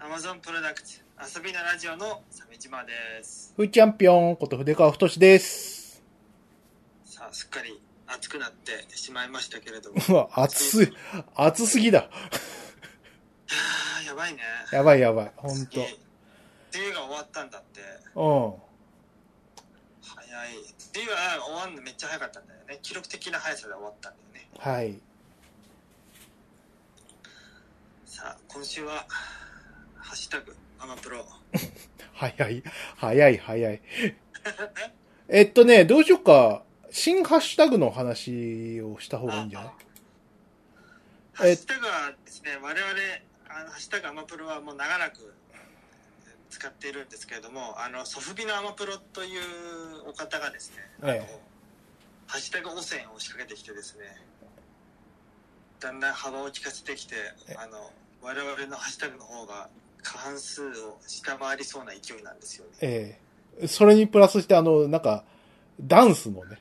Amazon プロダクツ遊びなラジオの鮫島ですふーちゃんぴょんこと筆川太です。 さあすっかり暑くなってしまいましたけれどもうわ、暑い、暑すぎだ。あーやばいねやばいやばい、ほん次梅雨が終わったんだってと。早い梅雨は終わんのめっちゃ早かったんだよね記録的な速さで終わったんだよねうん。はい。さあ今週は「ハッシュタグアマプロ早い、早い、早い。 えっとね、どうしようか。新ハッシュタグの話をした」方がいいんじゃないハッシュタグはですね我々あのハッシュタグアマプロはもう長らく使っているんですけれどもあのソフビのアマプロというお方がですね、ええあのハッシュタグ汚染を仕掛けてきてですねだんだん幅を利かせてきてえあの我々のハッシュタグの方が過半数を下回りそうな勢いなんですよねええそれにプラスして、あの、なんか、ダンスのね。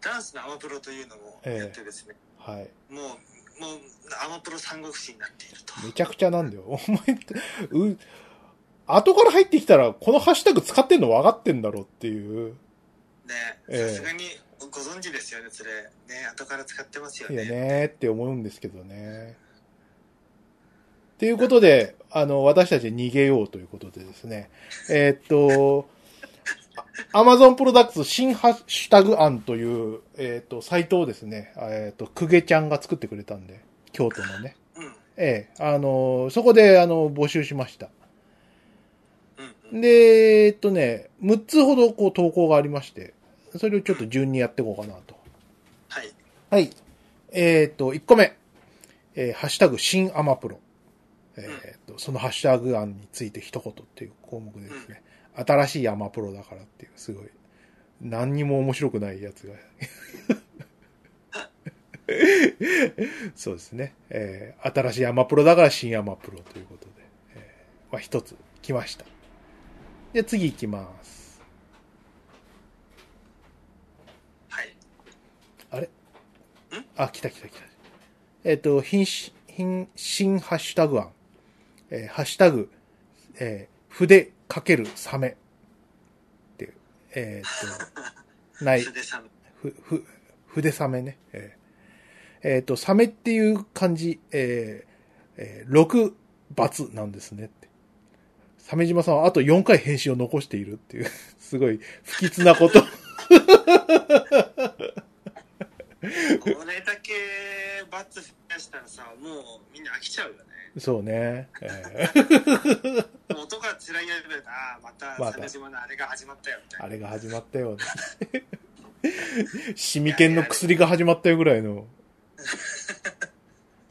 ダンスのアマプロというのもやってですね、はい。もうもうアマプロ三国志になっているとめちゃくちゃなんだよ。 お前って、う、後から入ってきたら、このハッシュタグ使ってんの分かってんだろうっていう。ねええさすがにご存知ですよねそれね後から使ってますよいやねねーって思うんですけどね。っていうことで、あの、私たち逃げようということでですね。えーっと、アマゾンプロダクツ新ハッシュタグ案という、えーっと、サイトをですね、えーっと、くげちゃんが作ってくれたんで、京都のね。うんええあの、そこで、あの、募集しました。うんうんで、えーっとね、6つほどこう投稿がありまして、それをちょっと順にやっていこうかなと。はいはい。えっ、と、1個目。えーハッシュタグ、新アマプロ。えっ、と、そのハッシュタグ案について一言っていう項目でですね。新しいアマプロだからっていう、すごい。何にも面白くないやつが。そうですね。えー新しいアマプロだから新アマプロということで。えーまあ、一つ来ました。で、次行きます。はいあ、来た来た来た。えっ、と、品し、品、新ハッシュタグ案。えーハッシュタグ、えー筆かけるサメ。っていう。えっ、と、ないそ、れでさんふ、ふ、筆サメね。えーえーと、サメっていう漢字、えーえー、6×なんですねって。サメ島さんはあと4回返信を残しているっていう、すごい不吉なこと。これだけバツ増やしたらさもうみんな飽きちゃうよねそうね。えーもう音がつらいやつだああまたまた鮫島のあれが始まったよみたあいれが始まったよ。シミケンの薬が始まったよぐらいの。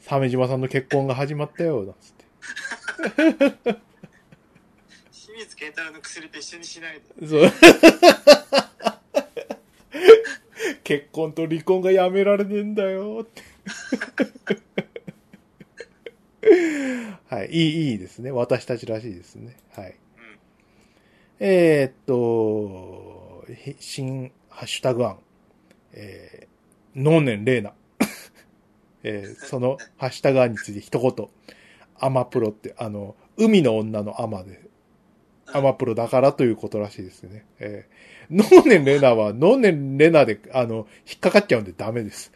鮫島さんの結婚が始まったよ、なんつっな清水慶太郎の薬と一緒にしないでて。そう。結婚と離婚がやめられねえんだよ、って。はい、いい、いいですね。私たちらしいですね。はい。うんえーっと、ひ新ハッシュタグ案、えー、能年玲奈。 えーそのハッシュタグ案について一言。アマプロって、あの、海の女のアマで、アマプロだからということらしいですね。えー、能年玲奈は、能年玲奈で、あの、引っかかっちゃうんでダメです。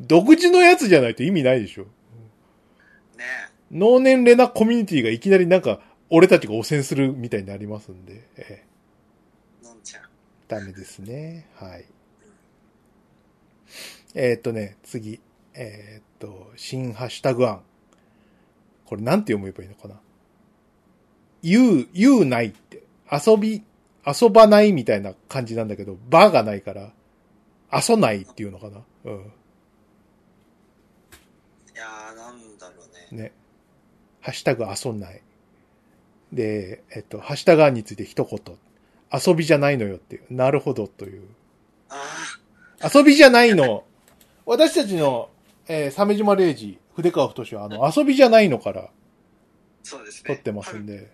独自のやつじゃないと意味ないでしょ。ね能年レナコミュニティがいきなりなんか、俺たちが汚染するみたいになりますんで、えええのんちゃんダメですね。はい。えーっとね、次。えーっと、新ハッシュタグ案。これなんて読めばいいのかな。言う、言うないって。遊び、遊ばないみたいな感じなんだけど、バーがないから、遊ないっていうのかな。うん。いやーなんだろうねね。ハッシュタグ遊んない。で、えっと、ハッシュタグ案について一言。遊びじゃないのよっていう。なるほどという。あ遊びじゃないの。 私たちの、えー、鮫島礼二、筆川太は、あの、遊びじゃないのからあそうです撮ねってますんでで。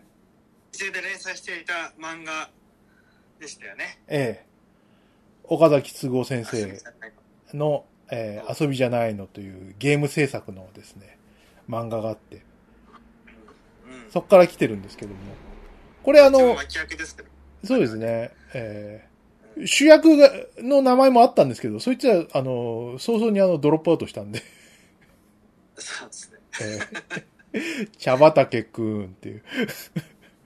で連載していた漫画でしたよねええ岡崎嗣夫先あすいま生せんの、えー遊びじゃないのというゲーム制作のですね、漫画があって、うん。そっから来てるんですけども。これあ一応の、脇役ですけど。そうですね、えー主役が、の名前もあったんですけど、そいつは、あの、早々にあの、ドロップアウトしたんで、そうですね。えー茶畑くんっていう、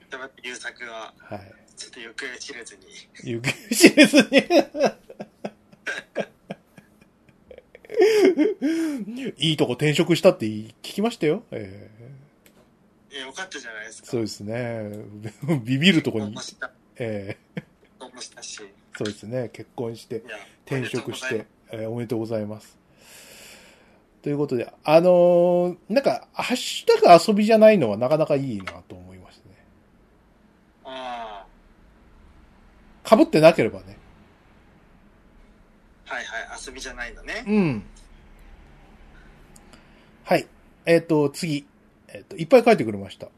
でも優作は、はい。ちょっと行方知れずに。行方知れずに。いいとこ転職したって聞きましたよ。えいや、よかったじゃないですーか。そうですね。ビビるとこに結婚も、した、え結婚もしたし。いーそうですね。結婚して、や、転職しおめでて、えーおめでとうございます。ということで、あのーなんか、ハッシュタグ遊びじゃないのはなかなかいいなと思いましたね。とうございます。あ被ってなければね。あ、はいはい、遊びじゃないのね。うん。はい。えっ、と、次。えっ、と、いっぱい書いてくれました。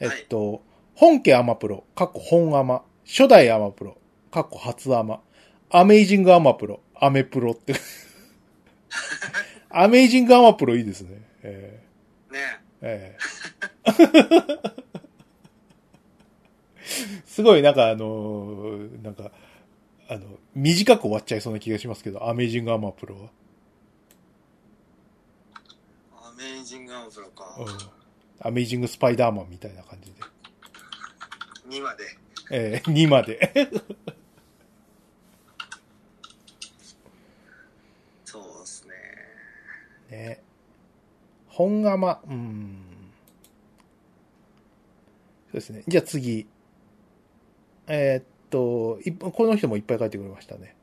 えっ、と、本家アマプロ、かっこ本アマ、初代アマプロ、かっこ初アマ、アメイジングアマプロ、アメプロ って。アメイジングアマプロいいですね。えーねえ ーすごい、なんかあのーなんか、あの、短く終わっちゃいそうな気がしますけど、アメイジングアマプロは。アメイジングアマプロか。うんアメイジングスパイダーマンみたいな感じで。 2話で。えー、2まで。そうですね。ね。本釜、うん。そうですね。じゃあ次。えーっと、いこの人もいっぱい書いてくれましたね。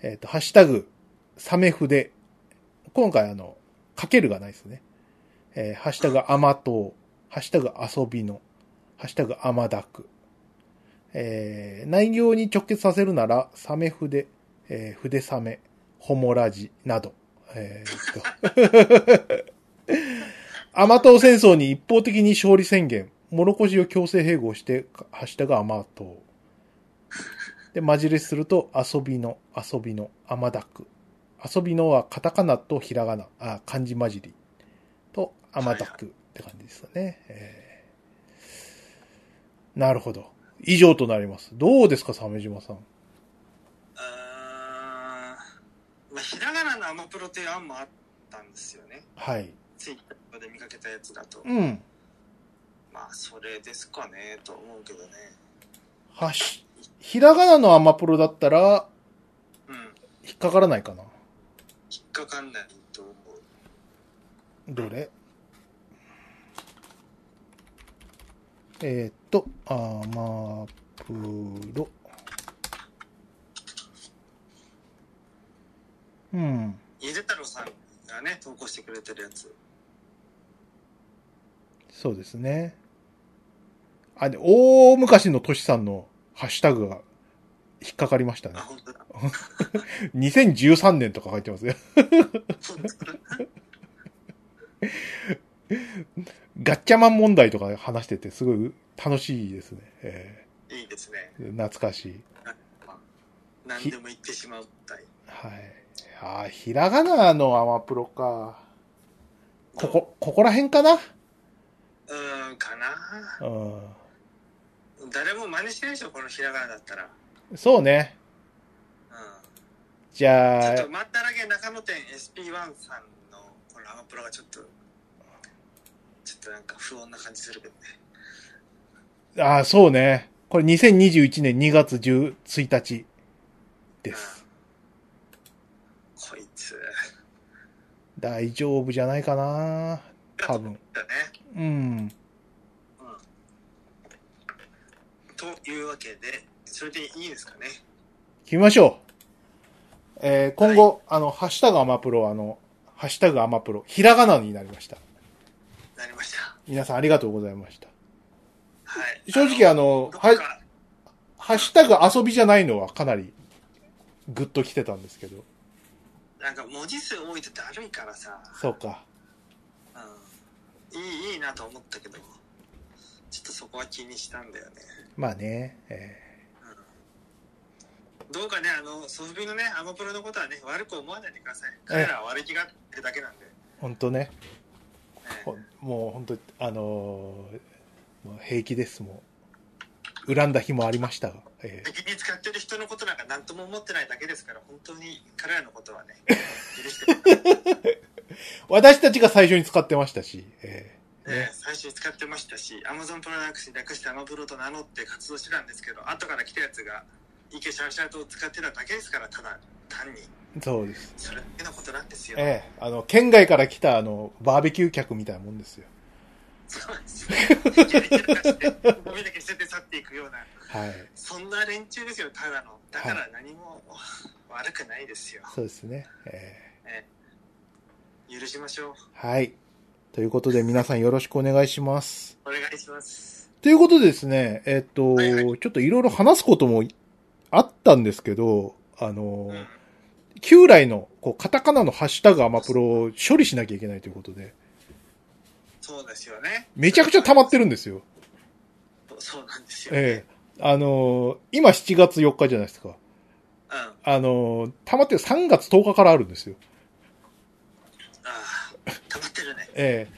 えーっと、ハッシュタグ、サメ筆。今回あの、かけるがないですね。えーハッシュタグ、アマトハッシュタグ、遊びの。ハッシュタグ、アマダク。えー内容に直結させるなら、サメ筆、えー筆サメ、ホモラジなど。えーっとアマトー戦争に一方的に勝利宣言。モロコシを強制併合して、ハッシュタグアマトー。で、混じりすると、遊びの、遊びの、アマダク。遊びのはカタカナとひらがな、あ、漢字混じり。と、アマダクって感じですかね。えーなるほど。以上となります。どうですか、鮫島さうーん。ん。まあ、ひらがなのアマプロっていう案もあったんですよね。はい。ツイッターで見かけたやつだと。うん。まあ、それですかね、と思うけどね。はし、ひらがなのアマプロだったら、うん。引っかからないかな。引っかかんないと思う。どれえーっと、アマプロ。うん。ゆで太郎さんがね、投稿してくれてるやつ。そうですね。あ、で、大昔のとしさんのハッシュタグが引っかかりましたねあ、。本当だ。 2013年とか書いてますよ。本当だ。ガッチャマン問題とか話してて、すごい楽しいですね。えいいですね。ー懐かしい。何でも言ってしまうみたい。はい。ああ、ひらがなのアマプロか。ここ、ここら辺かなうーん、かな。うん。誰も真似してないでしょ、このひらがなだったら。そうね。うじん。ちゃょっあと、、まったらげ中野店 SP1 さんのこのアマプロがちょっと、ちょっとなんか不穏な感じするけどね。ああ、そうね。これ2021年2月11日です。うん。こいつ、大丈夫じゃないかな。多分。だね。うん。というわけで、それでいいですかね。決めましょう。えー、今後、あの、ハッシュタグアマプロ、あの、ハッシュタグアマプロ、ひらがなになりました。なりました。皆さんありがとうございました。はい。正直あの、どっかはい、ハッシュタグ遊びじゃないのはかなりグッと来てたんですけど。なんか文字数多いとだるいからさ、そうか。うん、いいいいなと思ったけどちょっとそこは気にしたんだよねまあね。えどうかねあのソフビのねアマプロのことはね悪く思わないでください彼らは悪気があってるだけなんで、ー、ほんとね。ほもう本当にあのーもう平気です、もう。恨んだ日もありましたが。えー敵に使ってる人のことなんか何とも思ってないだけですから、本当に彼らのこと はね、許してもら私たちが最初に使ってましたし、えって、ね、最初に使ってましたし、Amazon プロダクツに略してアマプロと名乗って活動してたんですけど、後から来たやつが、イケシャンシャンと使ってただけですから、ただ単に、ーそうです。それだけのことなんですよ。ええあの、県外から来た、あの、バーベキュー客みたいなもんですよ。そうですね。いけるかして、ゴミだけ捨てて去っていくような、はい。そんな連中ですよ、ただの。だから何も悪くないですよ。そうですね。えね許しましょう。えはい。ということで、皆さんよろしくお願いします。お願いします。ということでですね、えっと、はいはちょっといろいろ話すこともあったんですけど、あのう、ん。旧来の、こう、カタカナのハッシュタグアマプロを処理しなきゃいけないということで、そうですよね。めちゃくちゃ溜まってるんですよ。そうなんですよ。ええあの、今7月4日じゃないですか。うん。ああの、溜まってる3月10日からあるんですよ。あ、溜まってるね。え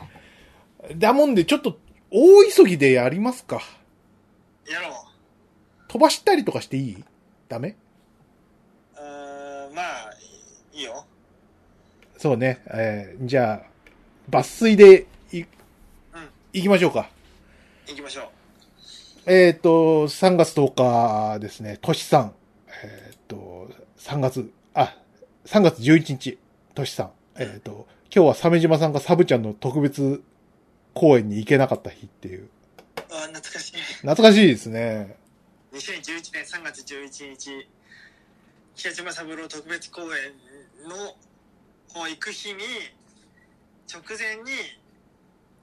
えだもんで、ちょっと、大急ぎでやりますか。やろう。飛ばしたりとかしていいダメうーん、まあ、いいよ。そうね。えーじゃあ、抜粋でい、行きましょうか。行きましょう。えっ、と、3月10日ですね、としさん。えっ、と、3月、あ、3月11日、としさん。えっ、と、今日は鮫島さんがサブちゃんの特別公演に行けなかった日っていう。あ懐かしい。懐かしいですね。 2011年3月11日、北島三郎特別公演の、を行く日に、直前に、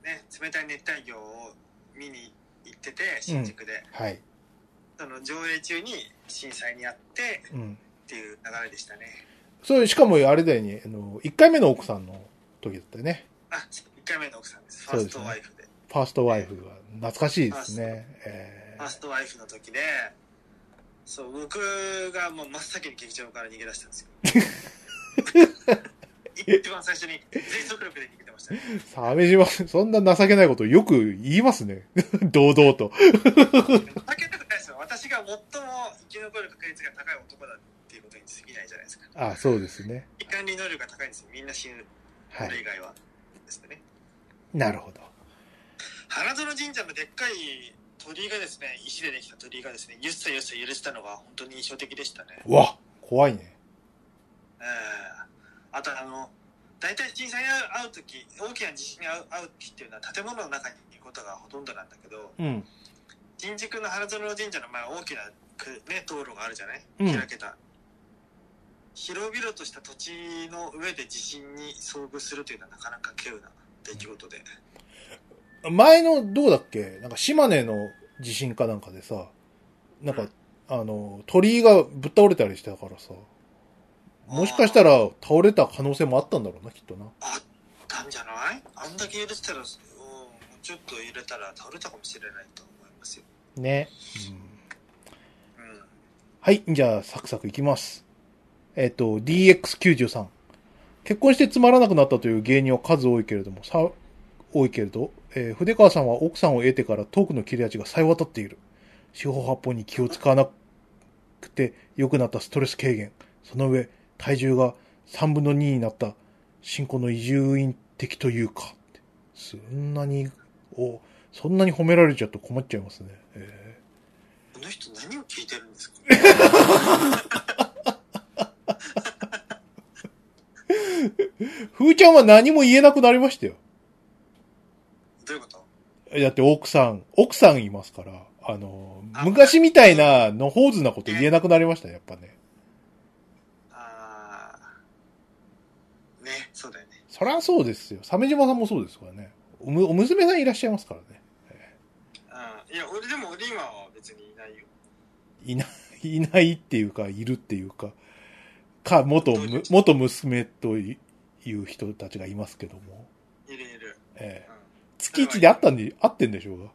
ね、冷たい熱帯魚を見に行ってて、新宿で。はい。その上映中に震災にあってうん。っていう流れでしたね。それ、しかもあれだよね、あの、1回目の奥さんの時だったよね。あ、1回目の奥さんです。フそうァーですスねトワイフで。ファーストワイフは懐かしいですね。えファーーストワイフの時で、そう、僕がもう真っ先に劇場から逃げ出したんですよ。一番最初に全速力で逃げてましたね。鮫島、そんな情けないことよく言いますね。 堂々と。負けたくないですよ。私が最も生き残る確率が高い男だっていうことに過ぎないじゃないですか。あ、そうですね。一貫理能力が高いんですよ。みんな死ぬ。はそれ以い。外は。ですね。なるほど。花園神社のでっかい鳥居がですね、石でできた鳥居がですね、ゆっさゆっさ揺れてたのが本当に印象的でしたね。うわ、怖いね。えーあとあの、大体震災に遭うとき、大きな地震に遭う遭う時っていうのは建物の中にいることがほとんどなんだけど、うん。新宿の花園神社の前大きなく、ね、道路があるじゃないうん開けた、広々とした土地の上で地震に遭遇するというのはなかなか稀有な出来事で、前の、どうだっけなんか島根の地震かなんかでさ、なんか、うんあの、鳥居がぶっ倒れたりしたからさ、もしかしたら倒れた可能性もあったんだろうな、きっとな。なんじゃないあんだけ揺れてたら、うん、もうちょっと揺れたら倒れたかもしれないと思いますよ、ね。うん、うん、はい、じゃあ、サクサクいきます。えっ、と、DX93。結婚してつまらなくなったという芸人は数多いけれども、さ、多いけれど、えー筆川さんは奥さんを得てからトークの切れ味がさえ渡っている。四方八方に気を使わなくて良くなったストレス軽減。その上、体重が3分の2になった新婚の移住員的というか。そんなに、お、そんなに褒められちゃうと困っちゃいますね。えこの人何を聞いてるんですかーふーちゃんは何も言えなくなりましたよ。どういうことだって奥さん、奥さんいますから、あの、昔みたいな、のほうずなこと言えなくなりましたね、やっぱね。ああねそうだよねそりゃそうですよ。鮫島さんもそうですからね。おむ、お娘さんいらっしゃいますからね。うんいや俺でも俺今は別にいないよいない、いないっていうか、いるっていうか、か、元む、元娘という人たちがいますけども。いるいる、ええうん、月一で会ったんで、会ってんでしょうが。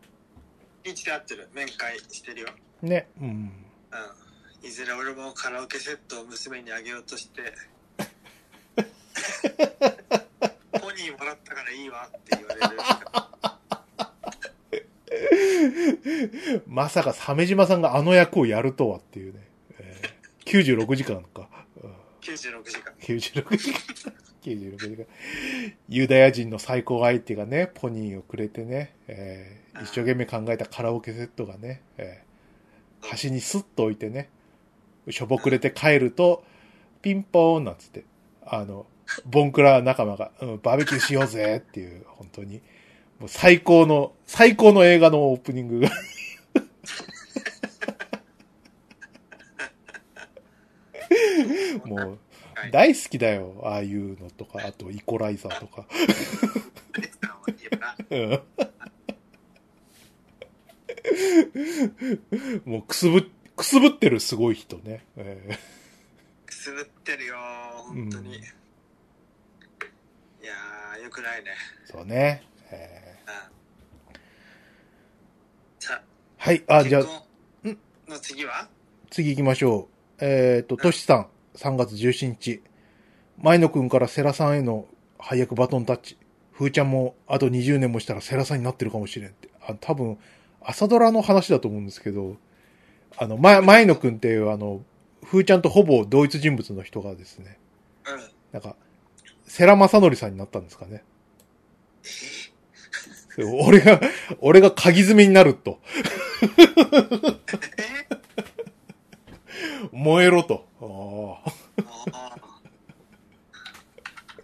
ビーチで会ってる面会してるよね。うん。 うんいずれ俺もカラオケセットを 娘にあげようとしてポニーもらったかららいいわって言われる。まさか鮫島さんがあの役をやるとはっていうね。えー、96時間か。うん96時 間。 96時間。96時間。ユダヤ人の最高相手がね、ポニーをくれてね、えー一生懸命考えたカラオケセットがね、えー端にスッと置いてね、しょぼくれて帰ると、ピンポーンなんつって、あの、ボンクラ仲間が、うん、バーベキューしようぜっていう、本当に、もう最高の、最高の映画のオープニングが。もう、はい大好きだよ、ああいうのとか、あとイコライザーとか。レスラーはいいよな。うんもうくすぶ、くすぶってるすごい人ね。えくすぶってるよ、本当に。ういんやー、よくないね。ーそうね。えーさはい、あ、あ、じゃあ結婚の次は次行きましょう。えっ、と、としさん、3月17日。前野くんからセラさんへの配役バトンタッチ。ふーちゃんも、あと20年もしたらセラさんになってるかもしれんって。あ多分、朝ドラの話だと思うんですけど、あの、ま、前野くんっていう、あの、ふーちゃんとほぼ同一人物の人がですね、 うん。なんか、世良正則さんになったんですかね。そう俺が、俺が鍵詰めになると。燃えろと。ああ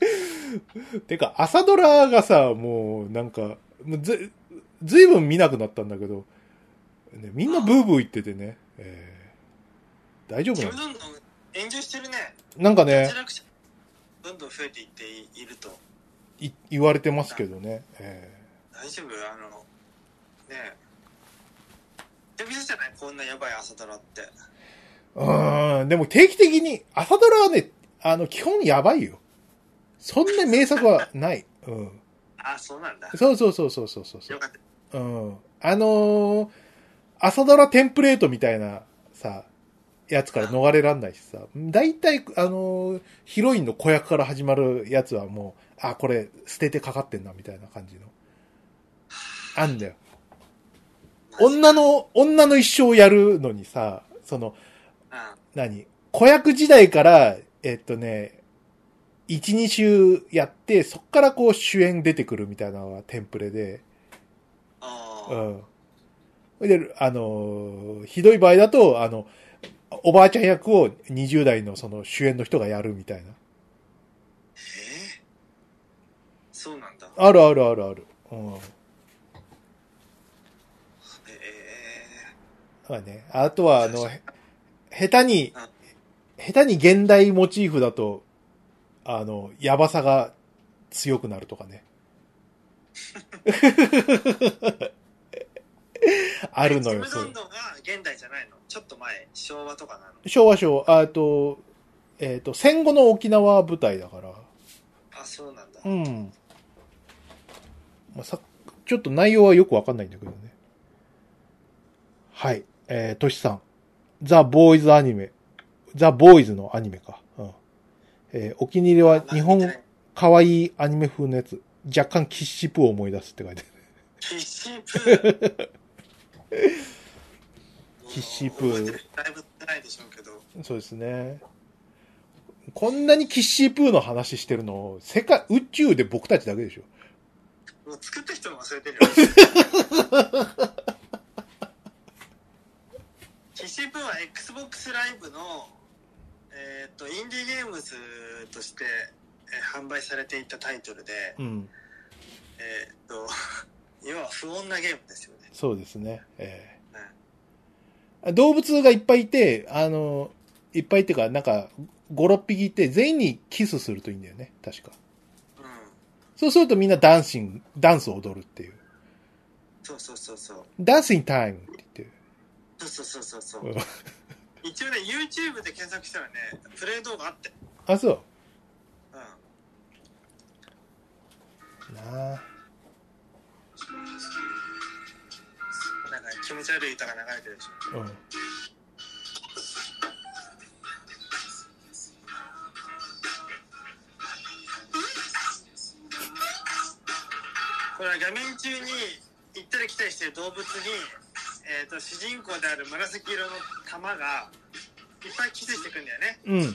ーてか、朝ドラがさ、もう、なんか、もうず、ずいぶん見なくなったんだけど、ね、みんなブーブー言っててね、えー大丈ー夫ちなむのどんどん炎上してるね。なんかね脱、落者どんどん増えていっていると。い言われてますけどね。え大丈夫あの、ねえ。久々じゃないこんなやばい朝ドラって。ーうーん、でも定期的に、朝ドラはね、あの、基本やばいよ。そんな名作はない。うん。あ、そうなんだ。そうそうそうそうそうそうそよう。かった。うん。あのー朝ドラテンプレートみたいな、さ、やつから逃れらんないしさ、大体、あのーヒロインの子役から始まるやつはもう、あ、これ、捨ててかかってんな、みたいな感じの。あんだよ。女うん。の、女の一生をやるのにさ、その、何子役時代から、えっとね、一、二週やって、そっからこう主演出てくるみたいなのがテンプレで、あうーん。それで、あのーひどい場合だと、あの、おばあちゃん役を20代のその主演の人がやるみたいな。えーそうなんだ。あるあるあるある。うん。だえからね。あとは、あの、へ下手にうん、下手に現代モチーフだと、あの、やばさが強くなるとかね。 あーるのよ、ちむそど。うんどんは現代じゃないのちょっと前、昭和とかなの。昭和昭和、あと、えっ、と、戦後の沖縄舞台だから。あ、そうなんだ。うん。まあ、さ、ちょっと内容はよくわかんないんだけどね。はい。えー、としさん。ザ・ボーイズアニメ。ザ・ボーイズのアニメか。うん。えーお気に入りは日本 なんかねかわいいアニメ風のやつ。若干キッシプを思い出すって書いてある。キッシープー。キッシープー覚えてるだいぶないでしょうけど。 そうですね。こんなにキッシープーの話してるの、世界、宇宙で僕たちだけでしょ。もう作った人も忘れてるよ。キシブは Xbox ライブの、えー、とインディーゲームズとして、えー販売されていたタイトルで、うん。えー、と 要は不穏なゲームですよね。そうですね。ええ動物がいっぱいいて、あの、いっぱいっていうか、なんか、5、6匹いて、全員にキスするといいんだよね、確か。うん、そうするとみんなダンシング、ダンスを踊るっていう。そうそうそうそう。ダンスインタイムって言って。そうそうそうそうそううん一応ね、YouTube で検索したらね、プレイ動画あって。あ、そうん。う。なあ。なんか気持ち悪い歌が流れてるでしょ。うん。これは画面中に行ったり来たりしている動物に、えー、と主人公である紫色の玉がいっぱいキスしてくんだよねうん。いっ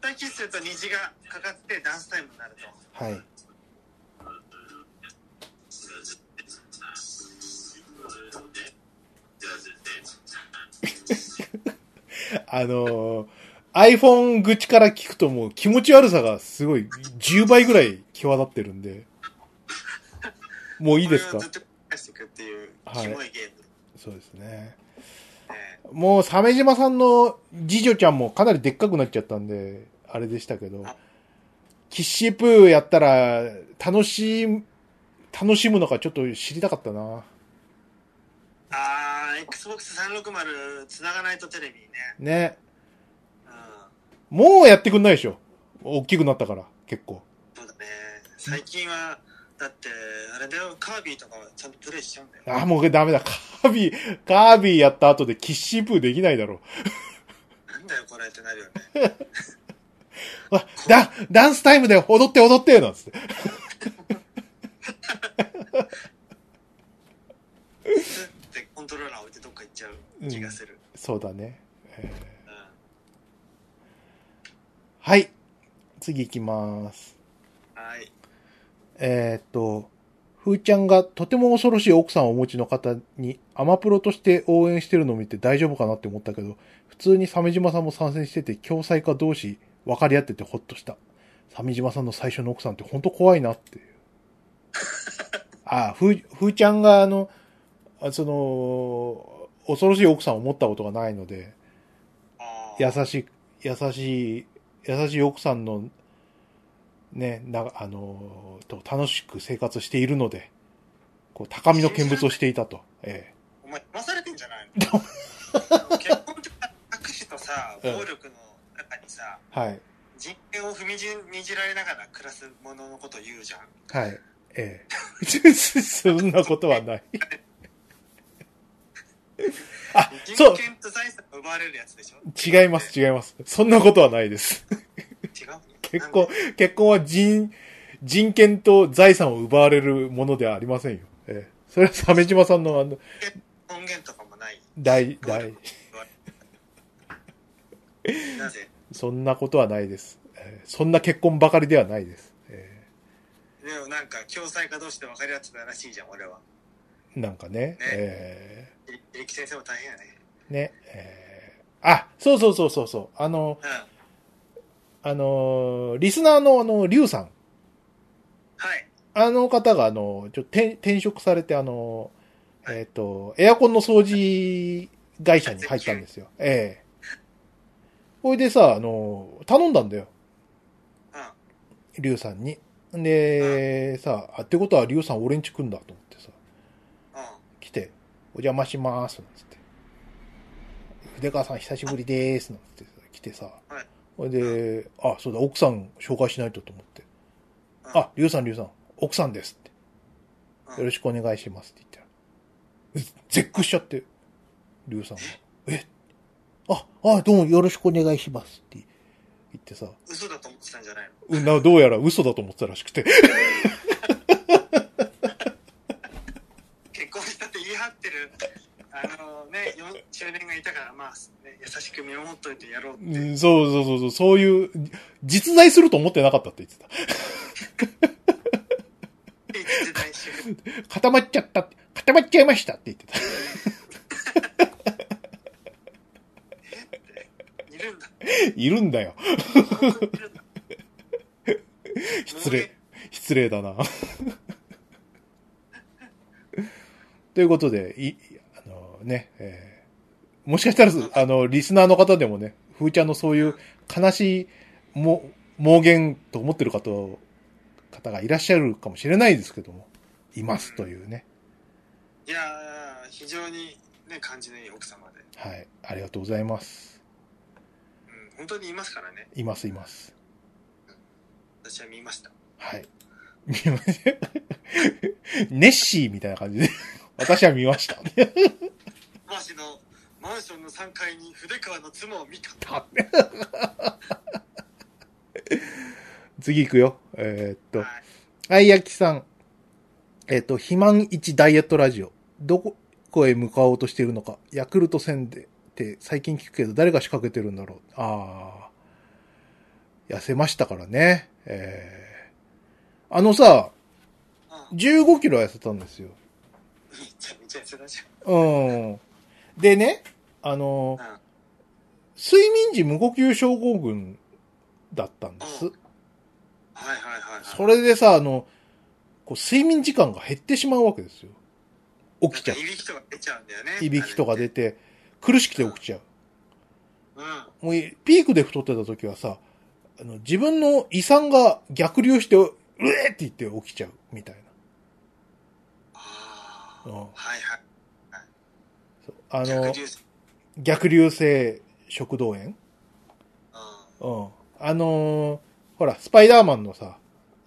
ぱいキスすると虹がかかってダンスタイムになるとはい。 あのー、iPhone 口から聞くともう気持ち悪さがすごい10倍ぐらい際立ってるんで。もういいですこれかをずっと繰り返していくっていうキモいゲーム、そうですね。えもう、鮫島さんの次女ちゃんもかなりでっかくなっちゃったんで、あれでしたけどあ、キッシープーやったら、楽しむ、楽しむのかちょっと知りたかったな。ーあー XBOX360 つながないとテレビね、ね。うもうやってくんないでしょ。大きくなったから、結構。ん、そうだね最近はだってあれだよカービィとかはちゃんとプレイしちゃうんだよあー、もうダメだ。カービィ、カービィやった後でキッシープーできないだろなんだよこれってなるよねう。 わ、ダ、ダンスタイムで踊って踊ってなんつって。スッてコントローラー置いてどっか行っちゃう気がする、そうだね。うんはい。次行きます。はいえーっと、ふーちゃんがとても恐ろしい奥さんをお持ちの方にアマプロとして応援してるのを見て大丈夫かなって思ったけど、普通に鮫島さんも参戦してて、共済家同士分かり合っててほっとした。鮫島さんの最初の奥さんってほんと怖いなっていう。あー、ふー、ふーちゃんがあの、あその、恐ろしい奥さんを持ったことがないので、あー優しい、優しい、優しい奥さんの、ね、な、あの、と楽しく生活しているので、こう、高みの見物をしていたと。えお前騙されてんじゃない の結婚とか握手とさ暴力の中にさ、えはい。人権を踏みにじられながら暮らすもののこと言うじゃんはい。え えそんなことはない。あ、そ人う、権と財産が奪われるやつでしょ違います、違います。そんなことはない です。違う結婚、結婚は人、人権と財産を奪われるものではありませんよ。ええそれは鮫島さんのあの、音源とかもない大、大、なぜそんなことはないです。えーそんな結婚ばかりではないです。えでもなんか共済家同士で分かり合ってたらしいじゃん俺はーなんかね、えエレキ先生も大変やねーね、えーあ、そうそうそうそうそう、あの、うんあのーリスナーのあの、リュウさん、はいあの方があの、ちょっと転転職されて、あの、えっ、と、エアコンの掃除会社に入ったんですよ。ええほいでさ、あの、頼んだんだよ。うんリュウさんに。で、さ、あ、ってことはリュウさん俺んち来んだと思ってさ。うん来て、お邪魔します、なんつって。筆川さん久しぶりでーす、なんつって来てさ。はいほいで、あ、そうだ、奥さん紹介しないとと思って。うんあ、りゅうさん、りゅうさん、奥さんですって。うんよろしくお願いしますって言ったら。う絶句しちゃって、りゅうさんが。えあ、あ、どうもよろしくお願いしますって言ってさ。嘘だと思ってたんじゃないのうんなどうやら嘘だと思ってたらしくて。結婚したって言い張ってるあのねよ中年がいたからまあ、ね、優しく見守っといてやろうって、うんそうそうそうそう、そういう、実在すると思ってなかったって言ってた。一時代主婦固まっちゃったって、固まっちゃいましたって言ってた。 いるんだいるんだよ。本当にいるんだ失礼。失礼だな。 ということで、い、あのね、えーもしかしたら、あの、リスナーの方でもね、ふーちゃんのそういう悲しい、も、妄言と思ってる方を、方がいらっしゃるかもしれないですけども、いますというね。いやー非常にね感じのいい奥様で、はい。ありがとうございます。うん、本当にいますからねいます、います。私は見ましたはい。見ました。 ネッシーみたいな感じで、 私は見ました。マシのマンションの3階に筆川の妻を見た次行くよ。えーっと。はいあいやきさん。えっ、と、肥満1ダイエットラジオ。どこへ向かおうとしているのか。ヤクルト1000でって最近聞くけど誰が仕掛けてるんだろう。ああ。痩せましたからね。えーあのさ、うん15キロ痩せたんですよ。めちゃめちゃ痩せたじうん。でね、あのゃん。うん。睡眠時無呼吸症候群だったんです。はいはいはい、はい。それでさ、あの、こう睡眠時間が減ってしまうわけですよ。起きちゃうなんか。いびきとか出ちゃうんだよね。いびきとか出て、苦しくて起きちゃう。あれって。もういピークで太ってた時はさ、あの自分の胃酸が逆流して、うえーって言って起きちゃうみたいうん。ああ。な。うんはいはい。そうあの逆、流性逆流性食道炎うん。うん。あのーほら、スパイダーマンのさ、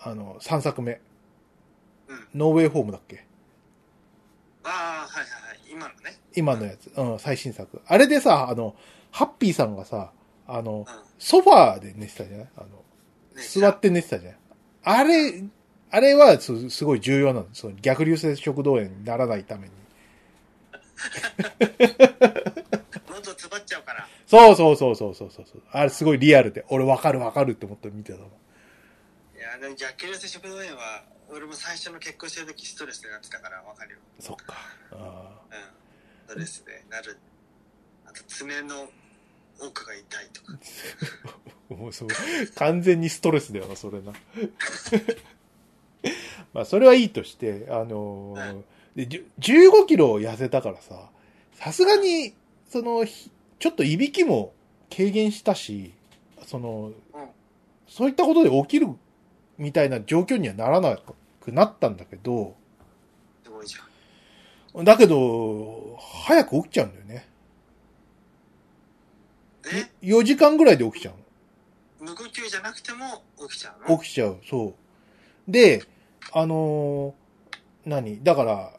あの、3作目。うんノーウェイホームだっけああ、はいはいはい。今のね。今のやつ。うん、最新作。あれでさ、あの、ハッピーさんがさ、あの、うソファーで寝てたじゃないあの、ん。ね座って寝てたじゃん。あれ、あれはすすごい重要なの。その逆流性食道炎にならないために。喉詰まっちゃうから。そうそうそうそうそうそうそう。あれすごいリアルで、俺わかるわかるって思って見てたの。いや、でも逆流性食道炎は、俺も最初の結婚してる時ストレスになってたからわかるよ。そっか。あうん。ストレスでなる。あと、爪の奥が痛いとか。ーもうそう。完全にストレスだよな、それな。 まあ、それはいいとして、あのーで、じゅ15キロ痩せたからさ、さすがに、その、ひちょっといびきも軽減したし、その、うん。そういったことで起きるみたいな状況にはならなくなったんだけど、すごいじゃん。だけど、早く起きちゃうんだよね。ね。 4時間ぐらいで起きちゃ無呼吸じゃなくても起きちゃううのの。起きちゃう、そう。で、あのー何だから、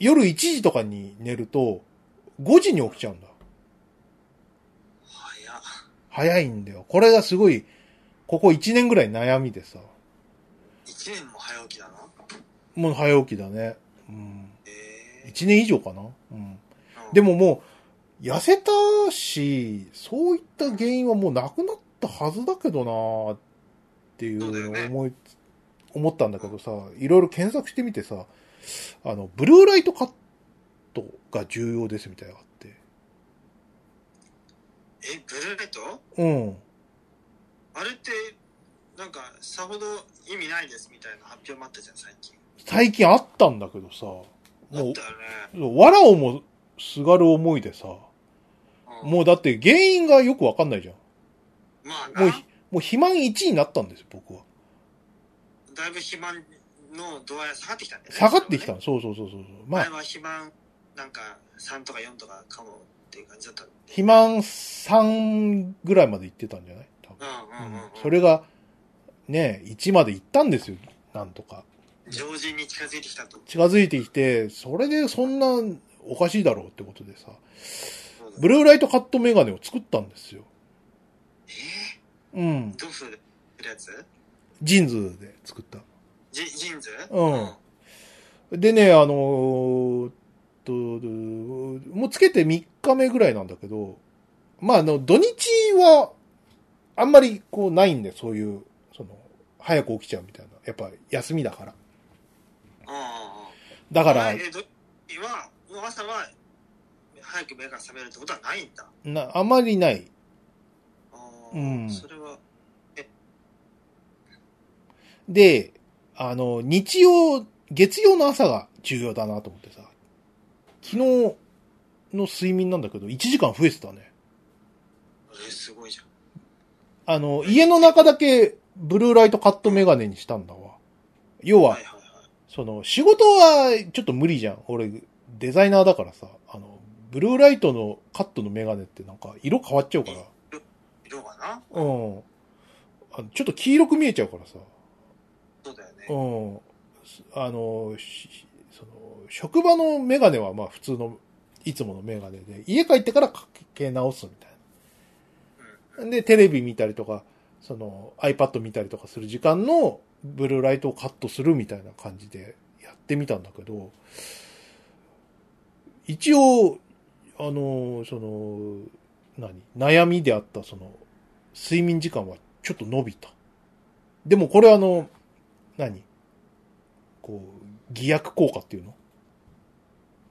夜1時とかに寝ると、5時に起きちゃうんだ。早っ。早いんだよ。これがすごい、ここ1年ぐらい悩みでさ、 1年も早起きなのもう早起きだね。うん。え1年以上かなうん。えー。でも、ももう、痩せたし、そういった原因はもうなくなったはずだけどなーっていそうだよねう思い、思ったんだけどさ、いろいろ検索してみてさ、あの、ブルーライトカットが重要ですみたいなのがあって。え、ブルーレットうん。あれって、なんか、さほど意味ないですみたいな発表もあったじゃん、最近。最近あったんだけどさ、もあったよねう、そうわらをもすがる思いでさ、うん。もうだって原因がよくわかんないじゃん。まあもうなひ、もう肥満1になったんですよ、僕は。だいぶ肥満の度合いは下がってきたんだよね。下がってきたねの。そうそうそうそうそう。まあ前、は肥満、なんか、3とか4とかかもっていう感じだったの。肥満3ぐらいまで行ってたんじゃない多分、うんうんうん、うん。それが、ね、1まで行ったんですよ。なんとか。常人に近づいてきたと。近づいてきて、それでそんなおかしいだろうってことでさ、そうだブルーライトカットメガネを作ったんですよ。えうんー、。どうするやつジーンズで作った。ジジーンズうんでね、あのーと、もうつけて3日目ぐらいなんだけど、まあ、あの、土日は、あんまりこうないんで、そういう、その、早く起きちゃうみたいな。やっぱ休みだから。うんうんうん。だからえ、ー、土曜日は、もう朝は、早く目が覚めるってことはないんだ。な、あまりない。あーうんそれは、で、あの、日曜、月曜の朝が重要だなと思ってさ、昨日の睡眠なんだけど、1時間増えてたね。えーすごいじゃん。あの、家の中だけブルーライトカットメガネにしたんだわ。要ははい、はいはい。その、仕事はちょっと無理じゃん。俺、デザイナーだからさ、あの、ブルーライトのカットのメガネってなんか色変わっちゃうから、色がな、うん。あのちょっと黄色く見えちゃうからさ、そうだよね。うん。あの、しその、職場のメガネはまあ普通の、いつものメガネで、家帰ってからかけ直すみたいな。で、テレビ見たりとか、その iPad 見たりとかする時間のブルーライトをカットするみたいな感じでややってみたんだけど、一応、あの、その、何悩みであった、その、睡眠時間はちょっと伸びた。でもこれあの、何こう、偽薬効果っていうの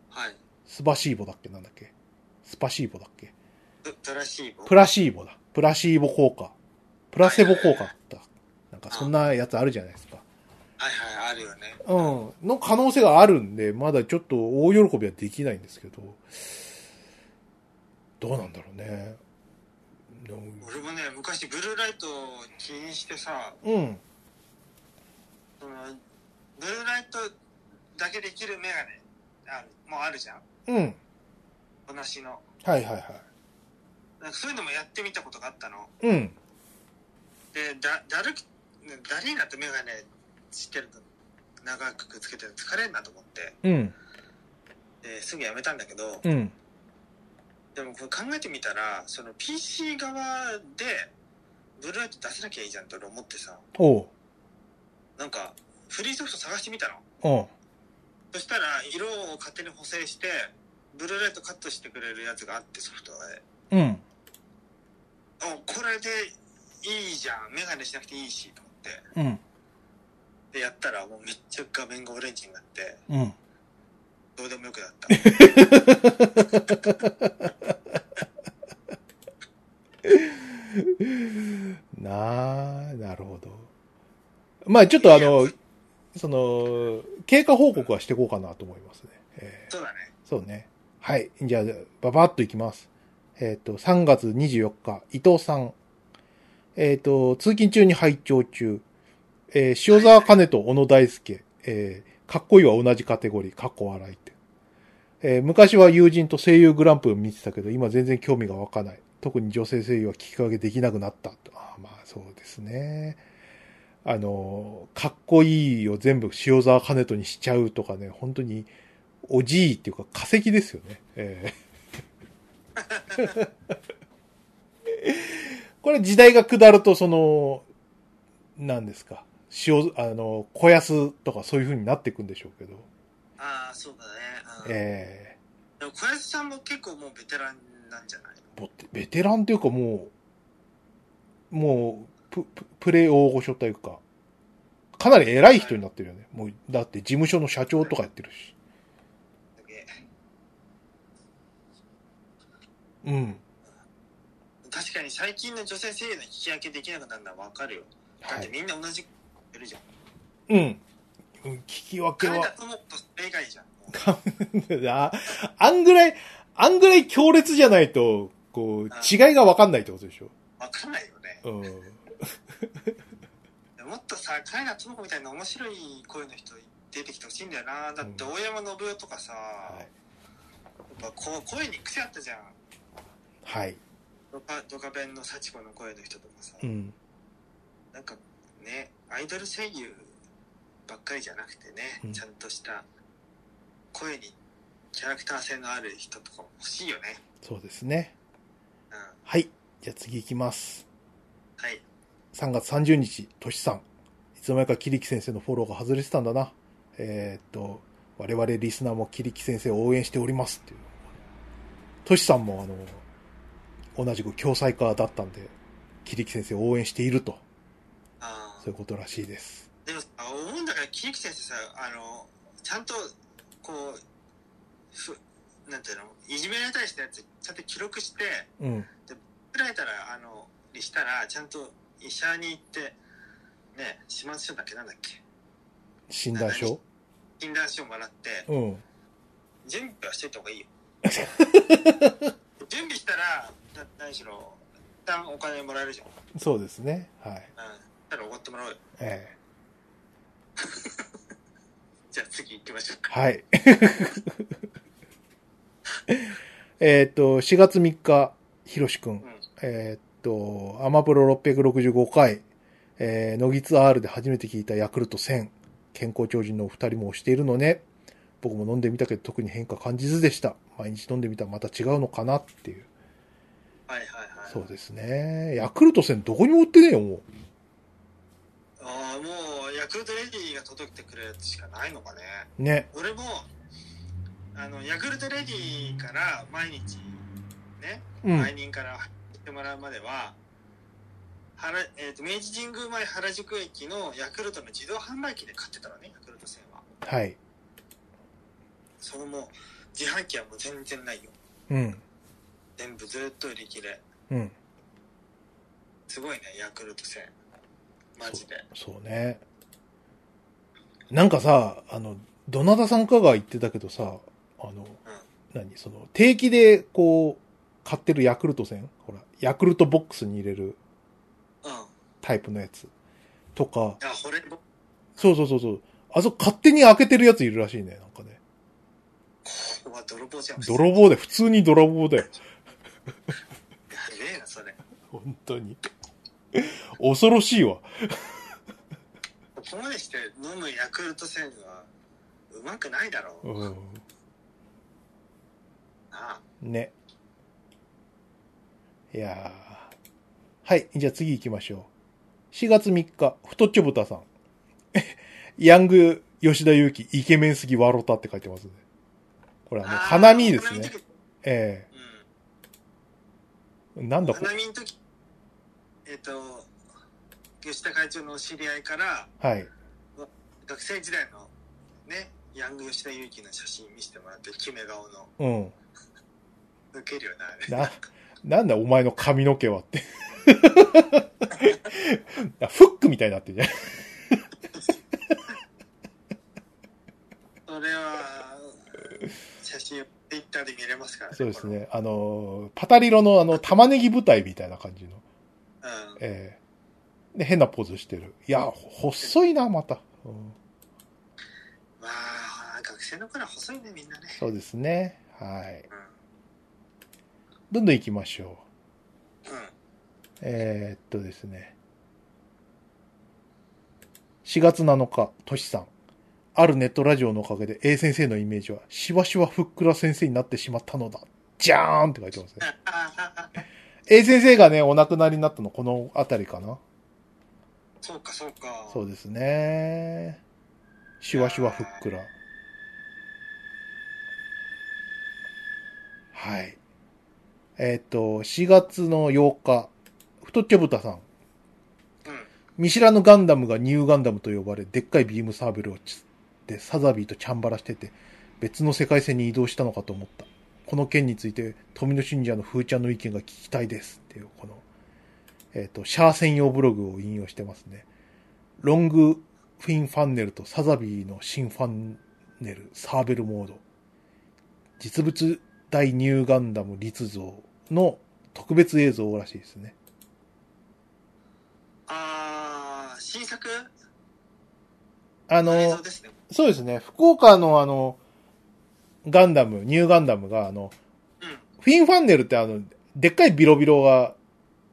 はい。スパシーボだっけなんだっけスパシーボだっけププラシーボ。プラシーボだ。プラシーボ効果。プラセボ効果だった。なんかそんなやつあるじゃないですか。はいはい、あるよね。うん。の可能性があるんで、まだちょっと大喜びはできないんですけど、どうなんだろうね。でも俺もね、昔ブルーライトを気にしてさ、うん。そのブルーライトだけできるメガネあるもうあるじゃん。うん。おなしの。はいはいはい。なんかそういうのもやってみたことがあったの。うん。で、だ、だるく、だりになってメガネしてると、長くつけてると疲れんなと思って、うん。ですぐやめたんだけど、うん。でもこれ考えてみたら、その PC 側で、ブルーライト出せなきゃいいじゃんって俺思ってさ、おう。なんか、フリーソフト探してみたの。うん。そしたら、色を勝手に補正して、ブルーライトカットしてくれるやつがあって、ソフトで。うん。あ、これでいいじゃん。メガネしなくていいし、と思って。うん。で、やったら、もうめっちゃ画面がオレンジになって、うん。どうでもよくなった。 なあ、なるほど。まあちょっとあの、その、経過報告はしていこうかなと思いますね。えーそうだね。そうね。はい。じゃあ、ばばっといきます。えっ、と、3月24日、伊藤さん。えっ、と、通勤中に拝聴中。えー塩沢兼と小野大輔。えーかっこいいは同じカテゴリー。かっこ笑いって。えー昔は友人と声優グランプリを見てたけど、今全然興味が湧かない。特に女性声優は聞き分けできなくなった。あーまあ、そうですね。あのー、かっこいいを全部塩沢兼とにしちゃうとかね、本当におじいっていうか化石ですよね。ええ これ時代が下ると、その、何ですか。塩、あの、小安とかそういう風になっていくんでしょうけど。ああ、そうだね。うんえでも小安さんも結構もうベテランなんじゃないえボテベテランというかもう、もうプ、ププレイ大御所というか、かなり偉い人になってるよね。もう、だって事務所の社長とかやってるし。すげえうん。確かに最近の女性声優の引き分けできなくなるのはわかるよ。だはってい。みんな同じやるじゃん。うん。うん聞き分け金は田。智子それ以外じゃん。もう あ、あんぐらい、あんぐらい強烈じゃないと、こう、違いがわかんないってことでしょ。わかんないよね。うん。もっとさ、金田智子みたいな面白い声の人出てきてほしいんだよな。だって大山信代とかさ、はやいっ。ぱこう声に癖あったじゃん。はい。ドカドカ弁の幸子の声の人とかさ、うん。なんかね、アイドル声優ばっかりじゃなくてね、うんちゃんとした声にキャラクター性のある人とかも欲しいよね。そうですね。うん。はい。じゃあ次行きます。はい。 3月30日、としさん。いつの間にかキリキ先生のフォローが外れてたんだな。えーっと、我々リスナーもキリキ先生を応援しておりますっていう。としさんもあの、同じく共済家だったんで、キリキ先生を応援していると、ああそうい。うことらしいです。でもさ、思うんだから、キリキ先生さ、あの、ちゃんと、こう、ふ、なんていうの、いじめられたりしたやつ、ちゃんと記録して、うん。振られたら、あの、にしたら、ちゃんと医者に行って、ね、始末書だっけなんだっけ診断書診断書もらって、うん。準備はしていた方がい いよ。準備したら、な何しろ、一旦お金もらえるじゃん。うん。そうですね。はい。たらおごってもらおうよ。ええじゃあ次行きましょうか。はい。 えっと、4月3日、ひろしくんう。ん。えっと、アマプロ665回、えー、ノギツ R で初めて聞いたヤクルト1000。健康超人のお二人も推しているのね。僕も飲んでみたけど特に変化感じずでした。毎日飲んでみたらまた違うのかなっていう。はいはいはい。そうですね。ヤクルト1000どこにも売ってねえよ、もう。ああ、もう、ヤクルトレディが届けてくれるやつしかないのかね。ね。俺も、あの、ヤクルトレディから毎日、ね、うん。来人から入ってもらうまでは、原えー、と明治神宮前原宿駅のヤクルトの自動販売機で買ってたのね、ヤクルト戦は。はい。そのもう、自販機はもう全然ないよ。うん。全部ずっと売り切れ。うん。すごいね、ヤクルト戦。マジで。そうね。なんかさ、あの、どなたさんかが言ってたけどさ、あの、何その、定期で、こう、買ってるヤクルト戦ほら、ヤクルトボックスに入れるうん。いタイプのやつとか、や、これ、こそうそうそうそう、あそこ勝手に開けてるやついるらしいね、なんかね。こは泥棒じゃん。泥棒で、普通に泥棒だよ。やべえな、それ。本当に。恐ろしいわ。ここまでして飲むヤクルト戦は、うまくないだろううん。な。ね。いやーはい、じゃあ次行きましょう。4月3日、太っちょぶたさん。 ヤング吉田祐希、イケメンすぎ笑ったって書いてますね。これはね、あー花見です花見のね。時えうんえなんだこ花見の時えっ、と吉田会長のお知り合いからはい。学生時代のねヤング吉田裕樹の写真見せてもらって決め顔のうん。抜けるよなあれな、なんだお前の髪の毛はって。 フックみたいになってるじゃん。それは写真を Twitter で見れますからねそうですね。あのー、パタリロのあの、玉ねぎ舞台みたいな感じの。このうんええで、変なポーズしてる。いや、ほ細いな、また、うんまあ学生の頃は細いねみんなねそうですね。はい。うんどんどん行きましょうんう。えー、っとですね。4月7日、としさん。あるネットラジオのおかげで A 先生のイメージは、しわしわふっくら先生になってしまったのだ。じゃーんって書いてますね。A 先生がね、お亡くなりになったの、このあたりかな。そうかそうかそうですね。シュワシュワふっくら。はい。えっ、と、4月の8日、太っちょぶたさん。うん見知らぬガンダムがニューガンダムと呼ばれ、でっかいビームサーベルをつってサザビーとチャンバラしてて、別の世界線に移動したのかと思った。この件について、富野信者の風ちゃんの意見が聞きたいです。っていう、この、えっ、と、シャア専用ブログを引用してますね。ロングフィンファンネルとサザビーの新ファンネル、サーベルモード。実物大ニューガンダム立像の特別映像らしいですね。あー新作あの、の映像ですねそうですね。福岡のあの、ガンダム、ニューガンダムが、あの、うんフィンファンネルってあの、でっかいビロビロが、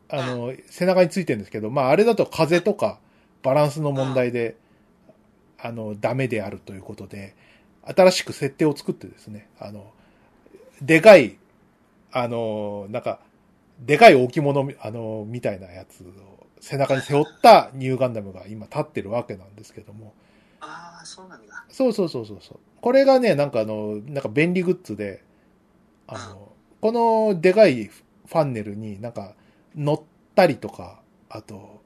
あの、背中についてるんですけど、まああれだと風とかバランスの問題で、あの、ダメであるということで、新しく設定を作ってですね、あの、でかい、あの、なんか、でかい置物み、あの、みたいなやつを背中に背負ったニューガンダムが今立ってるわけなんですけども、ああそうなんだそうそうそうそうそう。これがね、なんかあの、なんか便利グッズで、あの、このでかいファンネルになんか乗ったりとか、あと、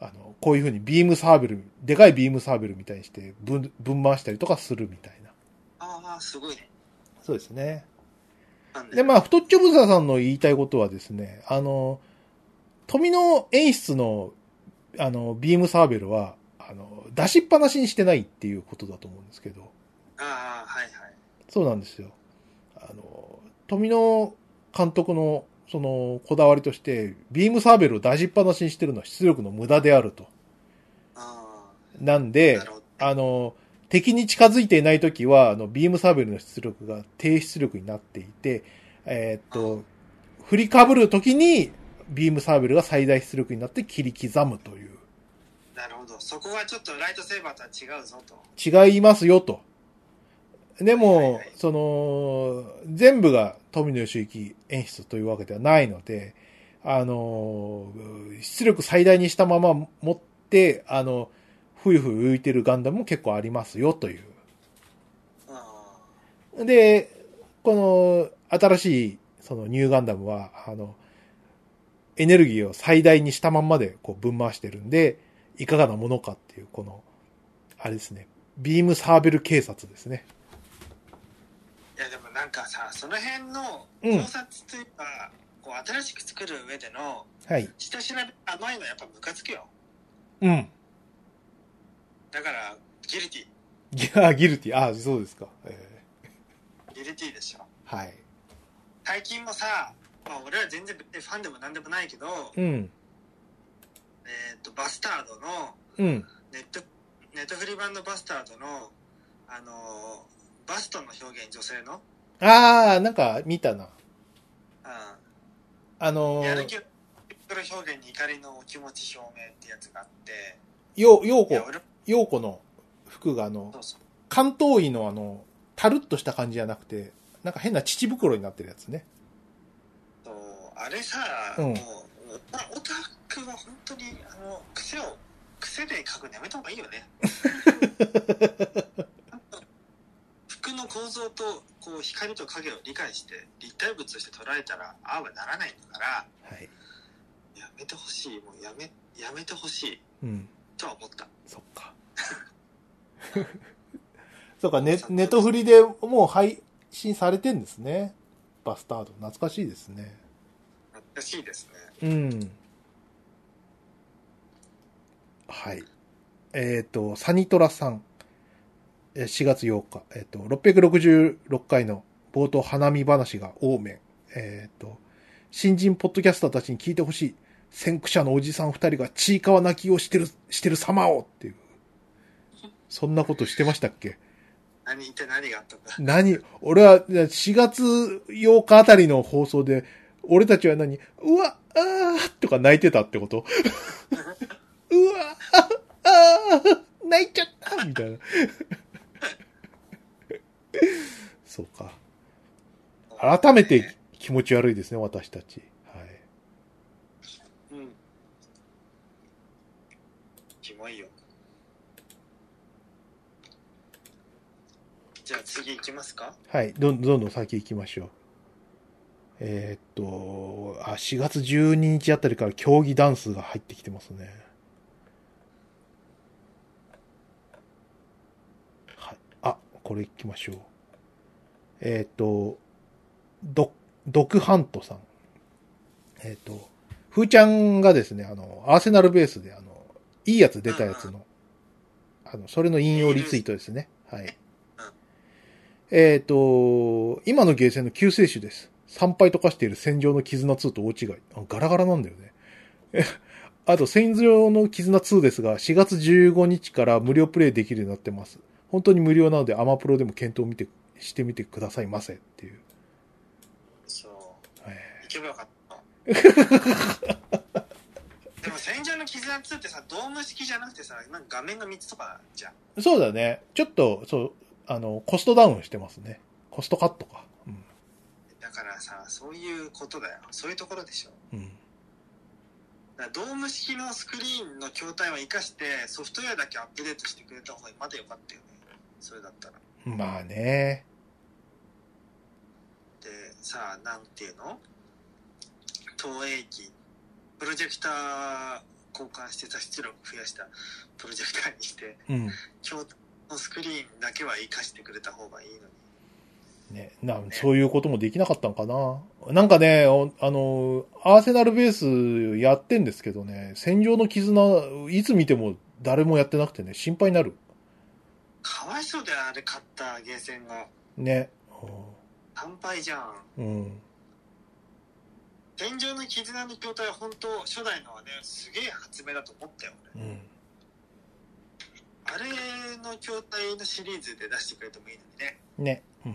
あの、こういう風にビームサーベル、でかいビームサーベルみたいにしてぶん、ぶん回したりとかするみたいな。ああすごいねそうですね。なんだで、よまあ、太っちょぶささんの言いたいことはですね、あの、富の演出の、あの、ビームサーベルは、あの、出しっぱなしにしてないっていうことだと思うんですけど、ああはいはいそうなんですよ。あの、富野監督の、その、こだわりとして、ビームサーベルを出しっぱなしにしてるのは出力の無駄であると。あなんあでな、るほどあの、敵に近づいていないときは、あの、ビームサーベルの出力が低出力になっていて、えーっと、振りかぶるときに、ビームサーベルが最大出力になって切り刻むという。なるほど。そこはちょっとライトセーバーとは違うぞと。違いますよと。ではいもはい、その、全部が富野義行演出というわけではないので、あの、出力最大にしたまま持っって、あの、ふゆふゆ浮いてるガンダムも結構ありますよという。あで、この新しいそのニューガンダムは、あの、エネルギーを最大にしたまんまでこうぶん回してるんで、いかがなものかっていう、この、あれですね、ビームサーベル警察ですね。ーいやでもなんかさその辺のうん考察というか、こう新しく作る上でのはい。下調べ甘いのはやっぱムカつくようん。だからギルティギあギルティ、あそうですか。えギルティでしょーはい。最近もさ、まあ、俺は全然別にファンでも何でもないけど、うん。えー、とバスタードのうん。ネットネットフリ版のバスタードの、あのーバストの表現女性の、ああ、なんか見たな。あうのん、やるー、気を表現に怒りのお気持ち表明ってやつがあってよう、よういやこ、俺もようこの服があのそ、うそう関東医のあの、タルッとした感じじゃなくて、なんか変な乳袋になってるやつね。そうあれさ、うんもうオタオタクは本当にあの癖を癖で書くのやめた方がいい よね服の構造とこう光と影を理解して立体物として捉えたらああはならないんだからはい。やめてほしいもうやめやめてほしいうん。とは思ったそっか。 そっか、ネネットフリでもう配信されてんですね。バスタード。懐かしいですね。らしいですねうん。はい。えっ、と、サニトラさん。えー4月8日。えっ、と、666回の冒頭花見話が多め。えっ、と、新人ポッドキャスターたちに聞いてほしい。先駆者のおじさん二人がちいかわ泣きをしてる、してる様をっていう。そんなことしてましたっけ何一体何があったんだ何俺は、いや4月8日あたりの放送で、俺たちは何うわ、あーとか泣いてたってことうわ、ああー泣いちゃったみたいな。 そうか。 改めて気持ち悪いですね、私たち。はい。うんキモいよじゃあ次行きますかはい、どんどんどん先行きましょう。えーっと、あ、4月12日あたりから競技ダンスが入ってきてますね。はい、あ、これ行きましょう。えーっと、ド、ドクハントさん。えーっと、ふーちゃんがですね、あの、アーセナルベースで、あの、いいやつ出たやつの、あの、それの引用リツイートですね。はい。えっ、と、今のゲーセンの救世主です。参拝と化している戦場の絆2と大違い。あガラガラなんだよね。 えあと、戦場の絆2ですが、4月15日から無料プレイできるようになってます。本当に無料なので、アマプロでも検討見てしてみてくださいませっていう。そうえ行けばよかった でも戦場の絆2ってさドーム式じゃなくてさなんか画面が3つとかじゃんーそうだね。ちょっと、そう、あの、コストダウンしてますね。コストカットか。うんだからさそういうことだよそういうところでしょうん。だからドーム式のスクリーンの筐体は生かしてソフトウェアだけアップデートしてくれた方がまだよかったよねそれだったらまあね。でさなんていうの投影機プロジェクター交換してさ出力増やしたプロジェクターにしてうん。筐体のスクリーンだけは生かしてくれた方がいいのにね、なそういうこともできなかったのかな。なんかね、おあの、アーセナルベースやってんですけどね、戦場の絆、いつ見ても誰もやってなくてね、心配になる。かわいそうだよあれ買ったゲーセンがね。乾杯じゃんうん。天井の絆の筐体は本当初代のはねすげえ発明だと思ったよ俺うん。あれの筐体のシリーズで出してくれてもいいのにねね。う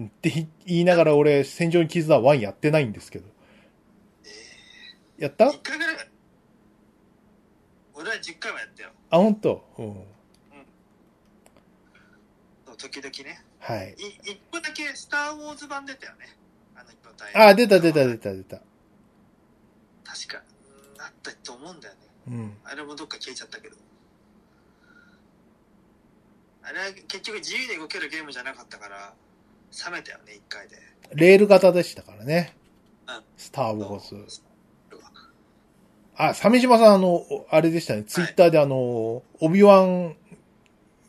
ん。って言い言いながら俺、戦場の絆1やってないんですけど。えやっえた1回ぐらいは俺は10回はやったよあ、本当うん。そう時々ねはい。い一個だけ「スター・ウォーズ」版出たよねあの筐体あ、出た出た出た出た。確かうんあったと思うんだよねうん。あれもどっか消えちゃったけど。あれは結局自由に動けるゲームじゃなかったから、冷めたよね、一回で。レール型でしたからねうん。スターウォーズ。そあ、鮫島さん、あの、おあれでしたね。ツイッターであの、オビワン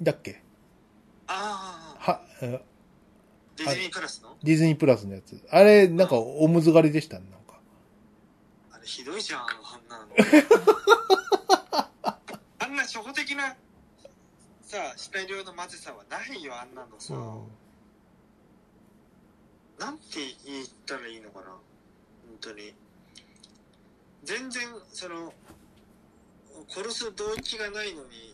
だっけああ、は、えディズニープラスのディズニープラスのやつ。あれ、なんか、おむずがりでしたね。なんか。あれひどいじゃん、あんなの。あんな初歩的な、さ、シペリオの混ぜさはないよ、あんなのさ。なんて言ったらいいのかな本当に。全然、その、殺す動機がないのに、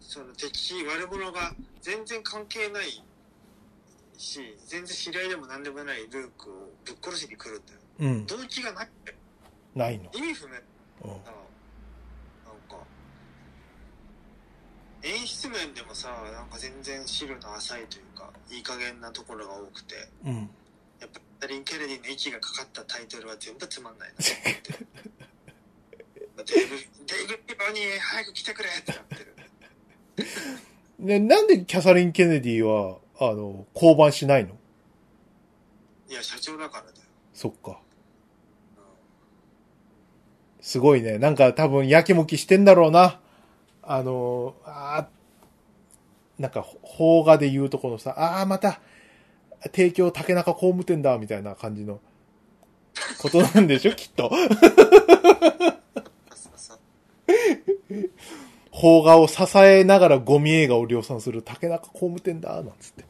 その敵、悪者が全然関係ないし、全然知り合いでも何でもないルークをぶっ殺しに来るんだよ。うん。動機がなくて、ないの。意味不明うんなのなんか、演出面でもさ、なんか全然資料の浅いというか、いい加減なところが多くて。うん。やっぱリン・ケネディの息がかかったタイトルは全部つまんないなと思って。デイブ、デイブ・ピバニー早く来てくれってなってる。ね、なんでキャサリン・ケネディは、あの、降板しないのいや、社長だからだよ。そっか。うんすごいね。なんか多分、やきもきしてんだろうな。あの、あーなんか、ほ邦画で言うとこのさ、ああ、また、提供竹中工務店だ、みたいな感じの、ことなんで しょ、きっと。そうそうそう邦画を支えながらゴミ映画を量産する竹中工務店だ、なんつって。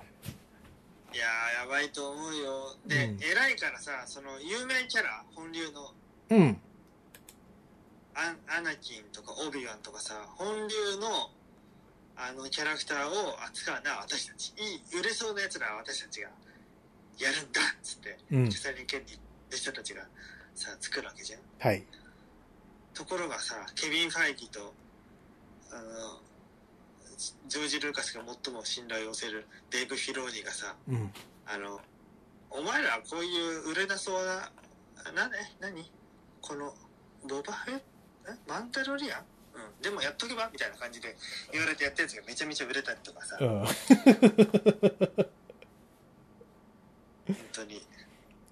いやー、やばいと思うよ。で、うん偉いからさ、その有名キャラ、本流のうん。アンアナキンとかオビワンとかさ、本流のあのキャラクターを扱うな、私たち。いい、売れそうなやつらは私たちがやるんだっつって。うん実。際に権利の人たちがさ作るわけじゃんはい。ところがさケビン・ファイギーとあのジョージ・ルーカスが最も信頼を寄せるデイブ・フィローニがさうん。あのお前らはこういう売れなそうななえ何このボバフェえマンタロリアンうん、でもやっとけばみたいな感じで言われてやったやつがめちゃめちゃ売れたりとかさ、うん。本当に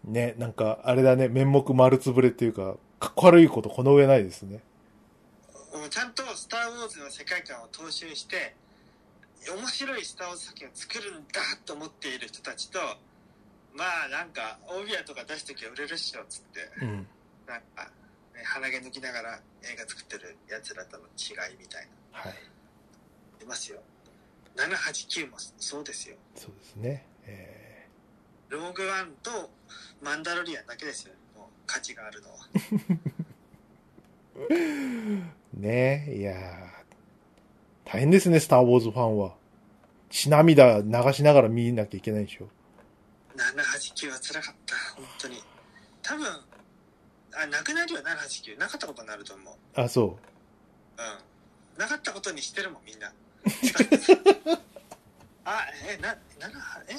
ね、なんか、あれだね、面目丸つぶれっていうか、かっこ悪いことこの上ないですね。もうちゃんと「スター・ウォーズ」の世界観を踏襲して面白い「スター・ウォーズ」作品を作るんだと思っている人たちとまあなんかオービアとか出す時は売れるっしょっつってうん。なんか、ね、鼻毛抜きながら映画作ってるやつらとの違いみたいなはい。いますよ789もそうですよそうですね。えローグワンとマンダロリアンだけですよもう価値があるのはー、ねいやー大変ですね、スターウォーズファンは。血涙流しながら見なきゃいけないでしょ。 789は辛かった本当に多分あなくなるよ789なかったことになると思うあ、そ。うんなかったことにしてるもんみんなあえななえ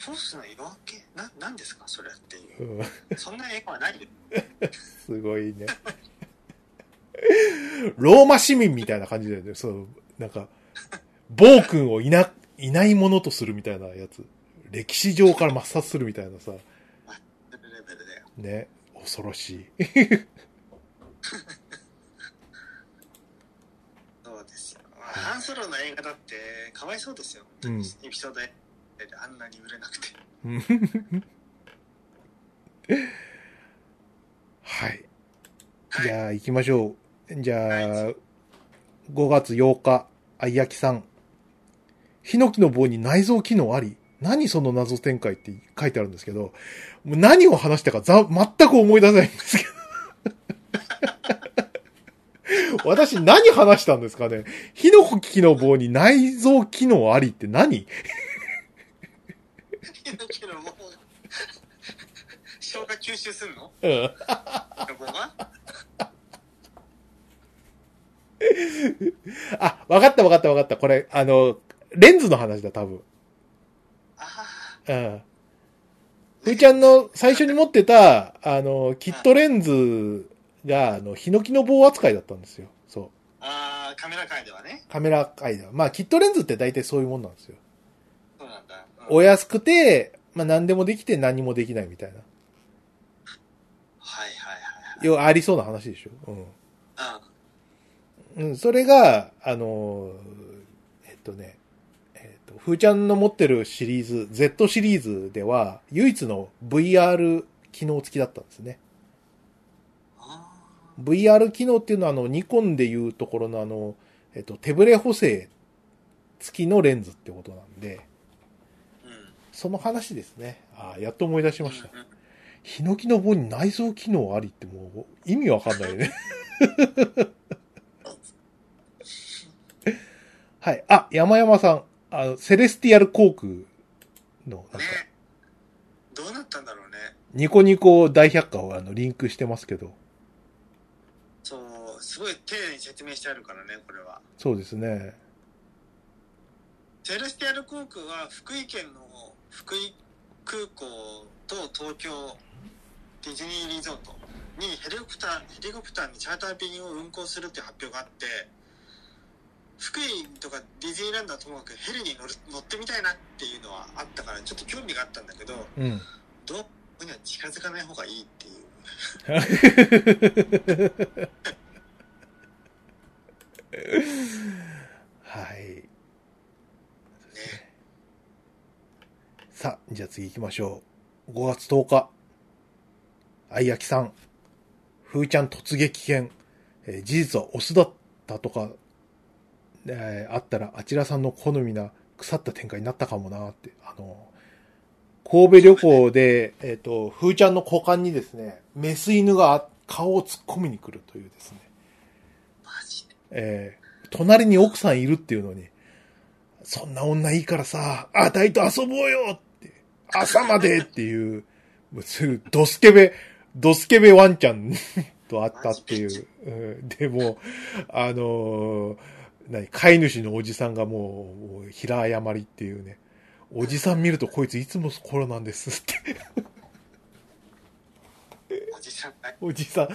フォースの色分けななんですかそれっていうううん、 そんな映画はないよすごいね。 ローマ市民みたいな感じだよね。そう、なんか、暴君をいな、いないものとするみたいなやつ。歴史上から抹殺するみたいなさ。レベルだよね、恐ろしい。そうですよまあハンソロの映画だってかわいそうですよ本当うんにエピソードであんなに売れなくてはい。はじいゃあ、行きましょう。じゃはあ、5月8日、あいやきさん。ヒノキの棒に内臓機能あり何その謎展開って書いてあるんですけど、もう何を話したかざ全く思い出せないんですけど。 私何話したんですかねヒノキの棒に内臓機能ありって何けどもう消化吸収すんのうん。ロボがあ、わかったわかったわかった。これ、あの、レンズの話だ、多分。あうん。ふーちゃんの最初に持ってた、あの、キットレンズが、あの、ヒノキの棒扱いだったんですよ。そう。ああ、カメラ界ではね。カメラ界では。まあ、キットレンズって大体そういうもんなんですよ。そうなんだ。うんお安くて、まあ、何でもできて何もできないみたいな。はいはい要はありそうな話でしょ。うん。はい。うん。うん、それが、あのー、えっとね、えっと、ふーちゃんの持ってるシリーズ、Z シリーズでは、唯一の VR 機能付きだったんですね。あ VR 機能っていうのは、あの、ニコンでいうところの、あの、えっと、手ブレ補正付きのレンズってことなんで、ーうん。その話ですね。ああ、やっと思い出しました。うんうんヒノキの棒に内蔵機能ありってもう意味わかんないよね。 はい。あ、山山さん。あの、セレスティアル航空の、なんかね、。どうなったんだろうね。ニコニコ大百科をあの、リンクしてますけど。そう、すごい丁寧に説明してあるからね、これは。そうですね。セレスティアル航空は福井県の福井空港と東京ディズニーリゾートにヘリコプターヘリコプターにチャーター便を運航するっていう発表があって福井とかディズニーランドはともかくヘリに乗る乗ってみたいなっていうのはあったからちょっと興味があったんだけどうん。どこには近づかない方がいいっていうはい。ねさあ、じゃあ次行きましょう。5月10日。愛焼さん。ふーちゃん突撃編。えー事実はオスだったとか、えーあったら、あちらさんの好みな腐った展開になったかもなって。あの、神戸旅行で、えっ、と、ふーちゃんの股間にですね、メス犬が顔を突っ込みに来るというですね。マジでえー隣に奥さんいるっていうのに、そんな女いいからさ、あたいと遊ぼうよって、朝までっていう、もうすぐドスケベ、ドスケベワンちゃん と会ったっていう。うんでも、あのー何、飼い主のおじさんがもう、もう平謝りっていうね。おじさん見るとこいついつもこれなんですって。おじさんだおじさん、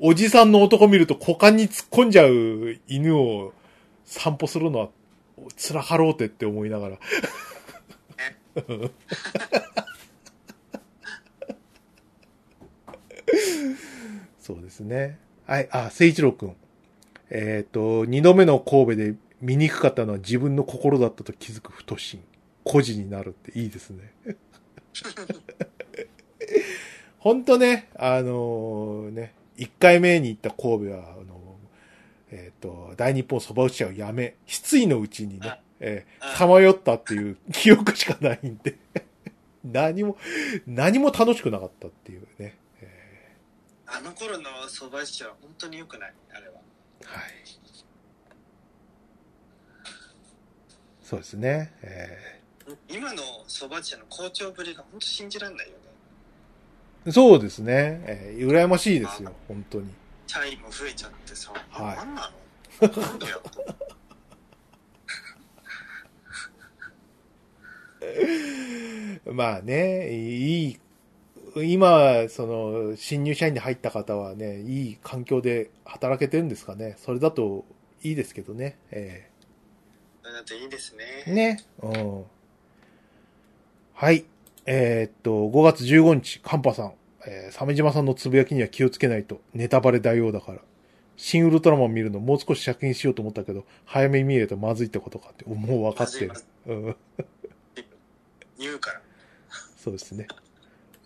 おじさんの男見ると股間に突っ込んじゃう犬を散歩するのは辛かろうてって思いながら。そうですね。はい、あ、聖一郎くん。えっ、と、二度目の神戸で醜かったのは自分の心だったと気づく不都心。孤児になるっていいですね。ほんとね、あのね、1回目に行った神戸は、あのえっ、と、大日本そば打ち屋をやめ、失意のうちにね、えうんー、さまよったっていう記憶しかないんで、 何も、何も楽しくなかったっていうね。えあの頃の相場師匠は本当に良くないあれはーはい。そうですね。え今の相場師匠の好調ぶりが本当信じられないよねーそうですね。えー羨ましいですよ、本当に。チャイも増えちゃってさ、はいなんなのなんだよ。 まあね、いい、今、その、新入社員で入った方はね、いい環境で働けてるんですかね。それだといいですけどね。えだっていいですえね。ね。うん。はい。えーっと、5月15日、カンパさん。えー、鮫島さんのつぶやきには気をつけないと、ネタバレ大王だから。新ウルトラマン見るのもう少し借金しようと思ったけど、早めに見えるとまずいってことかって、もう分かってるまずいまず。うん。言うから。そうですね。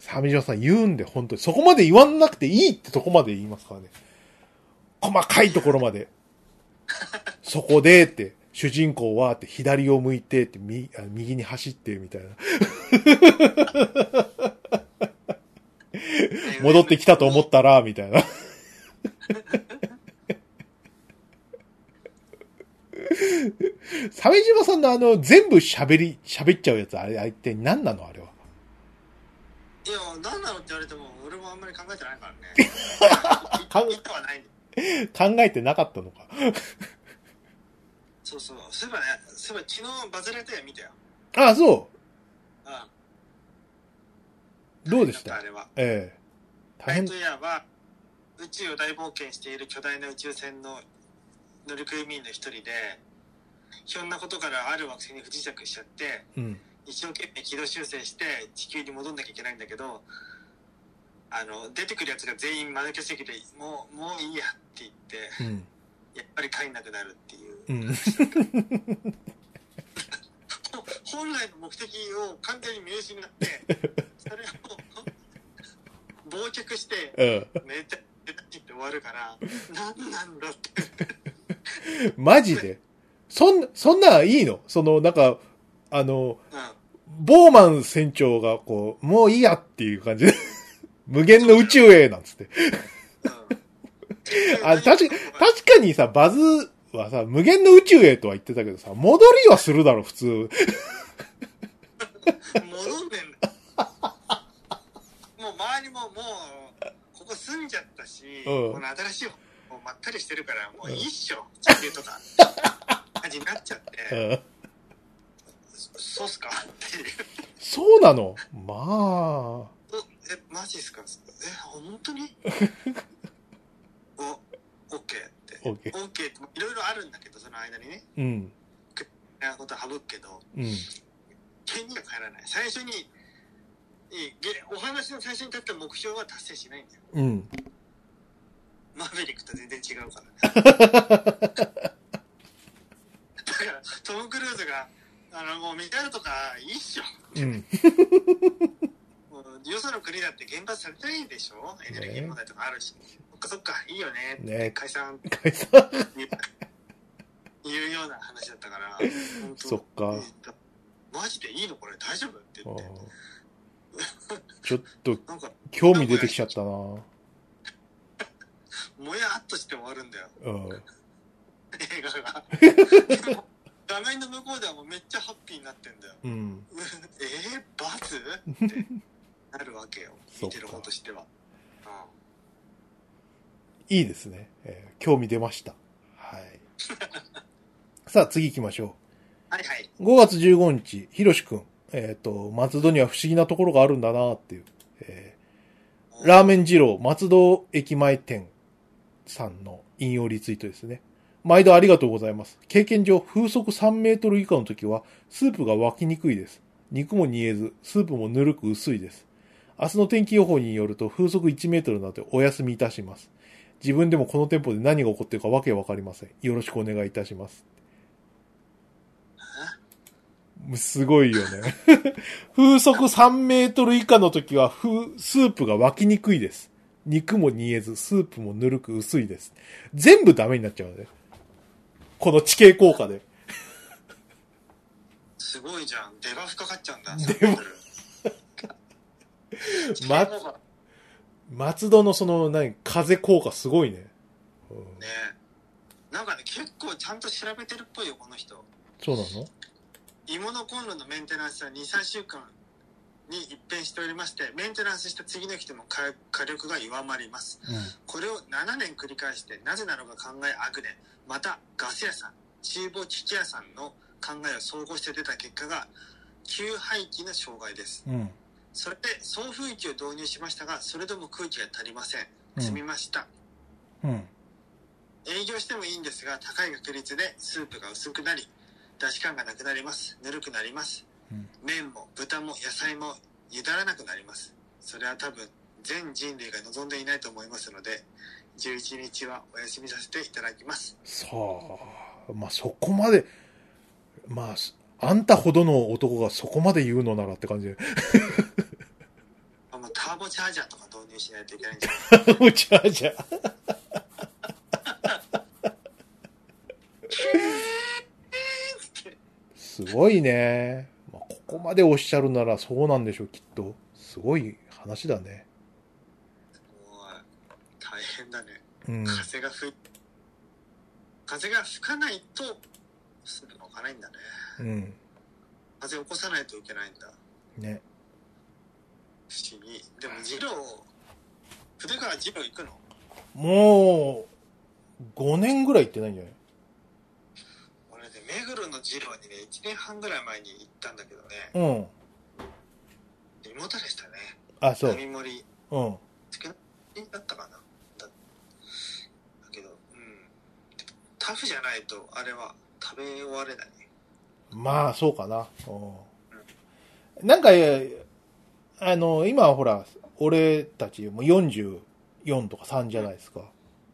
鮫島さん言うんで、本当に。そこまで言わなくていいってとこまで言いますからね。細かいところまで。そこでって、主人公はって左を向いてって右あ右に走ってみたいな。戻ってきたと思ったら、みたいな。鮫島さんのあの、全部喋り、喋っちゃうやつ、あれ、あれって何なのあれは。いや、何なのって言われても、俺もあんまり考えてない からね。考えてはない。考えてなかったのか。そうそう。そういえばね、そういえば昨日バズレたや見たよ。ああ、そあう。どうでしあたれは。ええラ大イ変トイヤーは、宇宙を大冒険している巨大な宇宙船の乗組員の一人でひょんなことからある惑星に不時着しちゃってうん。一生懸命軌道修正して地球に戻んなきゃいけないんだけどあの出てくるやつが全員間抜けすぎてもうもういいやって言ってうん。やっぱり帰んなくなるっていう、うん。ほ本来の目的を完全に見失ってそれを忘却して うん。めちゃめちゃって終わるから何なんだってマジでそん、そんなんいいのその、なんか、あの、うボーマン船長がこう、もういいやっていう感じ で。無限の宇宙へなんつって。んうんあ、確か、確かにさ、バズはさ、無限の宇宙へとは言ってたけどさ、戻りはするだろ、普通。戻んねんだもう周りももうここ住んじゃったし、うんこの新しい方まったりしてるからもういいっしょ、地球と か感じになっちゃって、うんそうっすかっていうそうなのまあ、おえマジっすかえ本当 におオッケーってオッケーオッケーっていろいろあるんだけどその間にねうん、いろんなこと省くけどうん、手には帰らない最初にいいげお話の最初に立った目標は達成しないんだようん。マーヴェリックと全然違うからだからトム・クルーズがあのもうメダルとかいいっしょうん。もうよその国だって原発されてないでしょエネルギー問題とかあるし、そっかそっかいいよねってね解散解散。いういうような話だったから、本当そっか。マジでいいのこれ大丈夫ってあ言って。ーちょっとなんか、興味出てきちゃったな。もやっとして終わるんだよ、うん。映画 が。でも画面の向こうではもうめっちゃハッピーになってんだよ。うん。うんえー、バズってなるわけよ。 見そっかてる方としては。うんいいですね。えー興味出ました。はい。さあ、次行きましょう。はいはい。 5月15日、ひろしくん。えっ、と、松戸には不思議なところがあるんだなっていう。えーラーメン二郎松戸駅前店さんの引用リツイートですね。毎度ありがとうございます。経験上、風速3メートル以下の時は、スープが湧きにくいです。肉も煮えず、スープもぬるく薄いです。明日の天気予報によると、風速1メートルなのでお休みいたします。自分でもこの店舗で何が起こってるかわけわかりません。よろしくお願いいたします。すごいよね。風速3メートル以下の時は、風、スープが湧きにくいです。肉も煮えず、スープもぬるく薄いです。全部ダメになっちゃうね。この地形効果で。すごいじゃん。デバフかかっちゃうんだ。デバ まま、松戸のその、何、風効果すごいね。うんねなんかね結構ちゃんと調べてるっぽいよこの人そうなの芋のコンロのメンテナンスは23週間に一変しておりましてメンテナンスした次の日でも火火力が弱まりますこれを7年繰り返してなぜなのか考えあぐねまたガス屋さん厨房機器屋さんの考えを総合して出た結果が給排気の障害ですうん。うん。それで送風機を導入しましたがそれでも空気が足りませんうん積みました、うん。営業してもいいんですが高い確率でスープが薄くなり出汁感がなくなりますぬるくなります、うん麺も豚も野菜もゆだらなくなりますそれは多分全人類が望んでいないと思いますので11日はお休みさせていただきますさあ、まあ、そこまで、まあ、あんたほどの男がそこまで言うのならって感じで。あもうターボチャージャーとか導入しないといけないん じゃないうちはじゃあ。すごいね。まあ、ここまでおっしゃるならそうなんでしょう、きっと。すごい話だね。おい大変だねうん。風が吹い風が吹かないとするのかないんだねうん。風を起こさないといけないんだね。不思議でも二郎筆川二郎行くのもう、5年ぐらい行ってないんじゃない俺ね目黒の二郎にね1年半ぐらい前に行ったんだけどねうん。妹でしたねあ、そう。並盛りうん。少ないだったかなだタフじゃないと、あれは食べ終われない。まあ、そうかな。うん、なんか、えーあの、今はほら、俺たちもう44とか3じゃないですか。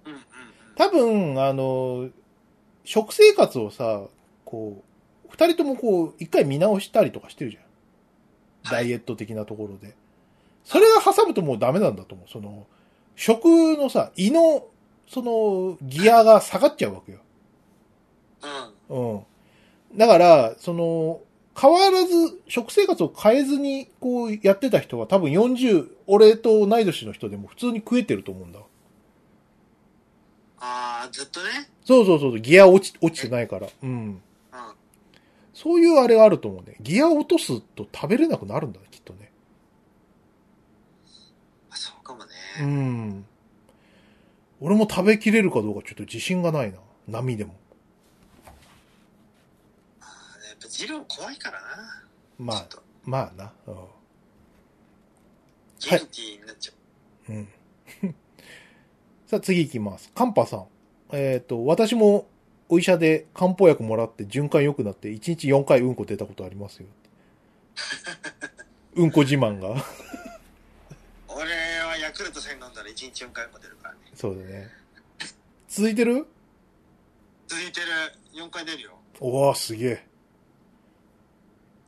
うんうん多分、あの、食生活をさ、こう、二人ともこう、一回見直したりとかしてるじゃん。はダいイエット的なところで。それが挟むともうダメなんだと思う。その、食のさ、胃の、その、ギアが下がっちゃうわけよ。うん。うん。うん。だから、その、変わらず、食生活を変えずに、こう、やってた人は多分40、俺と同い年の人でも普通に食えてると思うんだ。ああ、ずっとね。そうそうそうそう、ギア落ち、落ちてないから。うん。うん。そういうあれがあると思うね。ギア落とすと食べれなくなるんだね、きっとね。そうかもね。うん。俺も食べきれるかどうかちょっと自信がないな。波でも。やっぱジロー怖いからな。まちょあっ、と、まあな。ギルティーになっちゃう。うん。うん、さあ、次行きます。カンパさん。えっ、と、私もお医者で漢方薬もらって循環良くなって1日4回うんこ出たことありますよ。 うんこ自慢が。 俺はヤクルト1000飲んだら1日4回も出るからね。そうだね。続いてる続いてる、4回出るよ。おー、すげえ。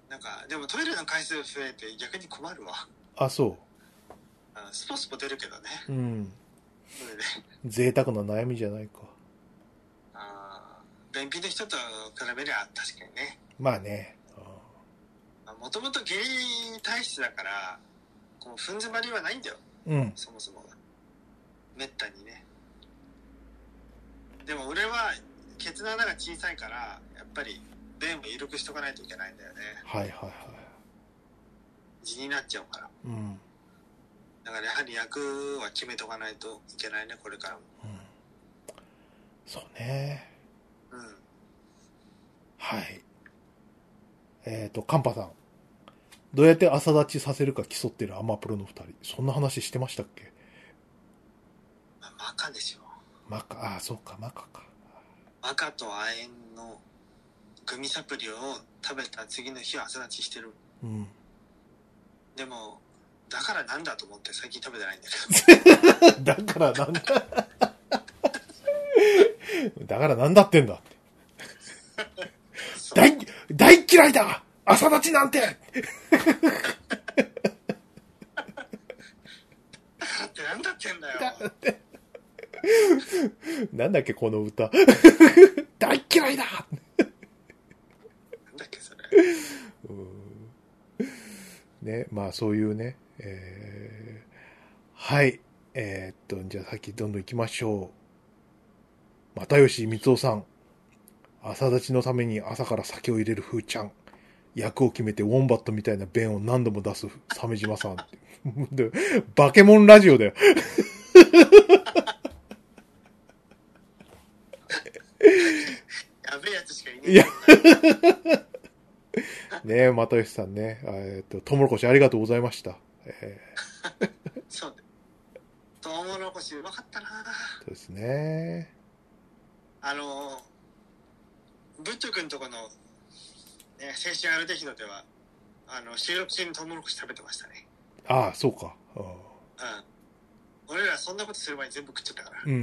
なんか、でもトイレの回数増えて逆に困るわ。あ、そあスポスポ出るけどね。う。うん。それで。贅沢な悩みじゃないか。あー便秘の人と比べりゃ確かにね。まあね。もともと下痢体質だから、こう、踏ん詰まりはないんだよ。うん。そもそもが。めったにね。でも俺は、ケツの穴が小さいから、やっぱり、便を緩くしとかないといけないんだよね。はいはいはい。地になっちゃうから。うん。うんだからやはり役は決めとかないといけないね、これからも。そうね。うん。はい。えっ、と、カンパさん。どうやって朝立ちさせるか競ってるアマプロの二人。そんな話してましたっけまあ、マカでしょ。マカ、ああ、そうか、マカか。マカと亜鉛のグミサプリを食べた次の日は朝立ちしてる。うん。 でも、だからなんだと思って最近食べてないんだけだからなんだ。 だからなんだってんだって。ど。そう大、大嫌いだ朝立ちなんてだってなんだってんだよ。なんだっけ、この歌。 大嫌いだなんだっけそれ。うーんね、まあそういうね、えーはい。えーっと、じゃあ先どんどん行きましょう。又吉光雄さん。朝立ちのために朝から酒を入れる風ちゃん。役を決めてウォンバットみたいな弁を何度も出す鮫島さん。で バケモンラジオだよ。やべえやつしかいねいえ。やね、又吉さんね。えーっと、トウモロコシありがとうございました。えそうね。トウモロコシうまかったなー、そうですね。あの、ブッチョ君とこの、ね、青春アルデヒドでは、あの、収録中にトウモロコシ食べてましたね。ああ、そうか。うんうん。俺らそんなことする前に全部食っちゃったから。う ん。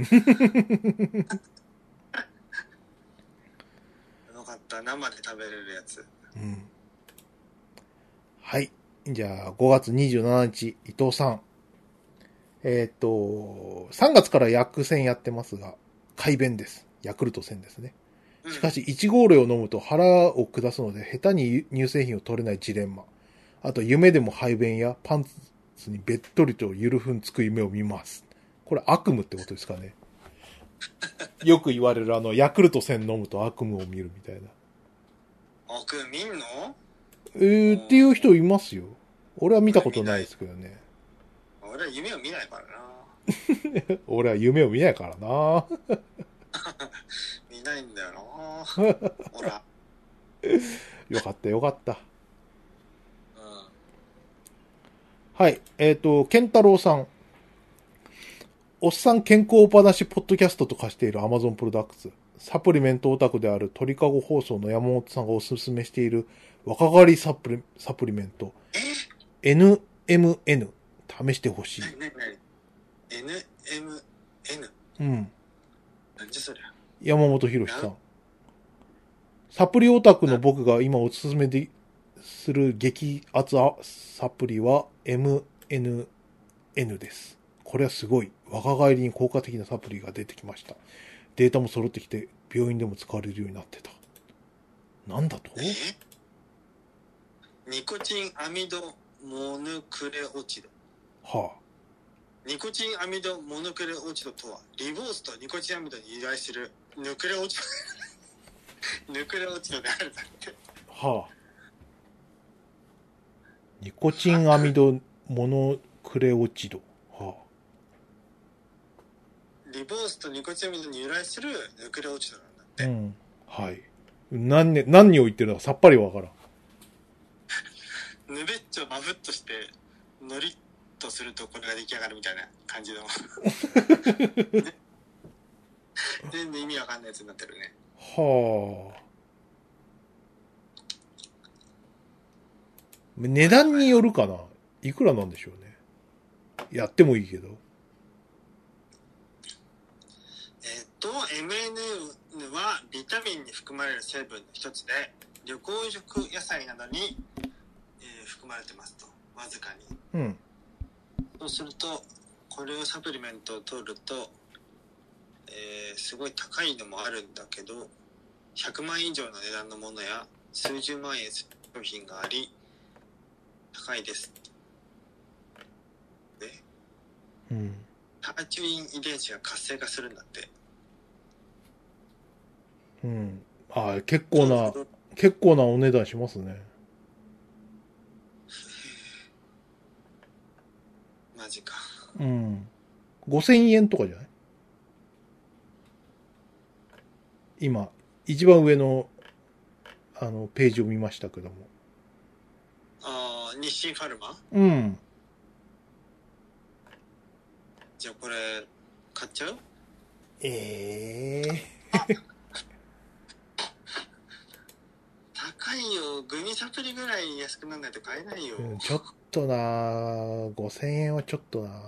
よかった。生で食べれるやつ。うんはい。じゃあ、5月27日、伊藤さん。えっ、と、3月から薬膳やってますが、改便です。ヤクルト戦ですね。うん、しかし、1号類を飲むと腹を下すので、下手に乳製品を取れないジレンマ。あと、夢でも排便やパンツにべっとりとゆるふんつく夢を見ます。これ悪夢ってことです かね。よく言われるあの、ヤクルト戦飲むと悪夢を見るみたいな。奥見んのえー、っていう人いますよ。俺は見たことないですけどね。俺は夢を見ないからな。俺は夢を見ないからな。見ないんだ よな。ほら。よかったよかった。うん。はい。えっ、と、ケンタロウさん。おっさん健康お話ポッドキャストと化している Amazon プロダクツ。サプリメントオタクである鳥かご放送の山本さんがおすすめしている若返りサプリサプリメント、NMN、試してほしい。何何何 ?NMN? うん。なんじゃそりゃ。山本博さん。サプリオタクの僕が今おすすめでする激熱サプリは MNN です。これはすごい。若返りに効果的なサプリが出てきました。データも揃ってきて、病院でも使われるようになってた。なんだとえニコチンアミドモヌクレオチド。はニコチンアミドモヌクレオチドとは、リボースとニコチンアミドに由来するヌクレオチド、 ヌクレオチドであるだって。あ、はあ。ニコチンアミドモノクレオチド。はあ。リボースとニコチンアミドに由来するヌクレオチドなんだって。うん。はい。何ね、何を言ってるのかさっぱりわからん。ぬべっちょまぶっとしてのりっとするとこれが出来上がるみたいな感じのね全部意味わかんないやつになってるねはあ。値段によるかないくらなんでしょうね。やってもいいけど。えっと MNN はビタミンに含まれる成分の一つで緑黄色野菜などに、えー含まれてますとわずかにうん。そうするとこれをサプリメントを取ると、えーすごい高いのもあるんだけど100万円以上の値段のものや数十万円する商品があり高いですでうん。ターチュイン遺伝子が活性化するんだってうん。ああ、結構な、結構なお値段しますね。マジかうん。5000円とかじゃない今、一番上の、あの、ページを見ましたけども。あー日清ファルマうん。じゃあこれ買っちゃうええ高いよグミサプリぐらい安くならないと買えないよ、うんちょっとなぁ、5000円はちょっとなぁ。はい。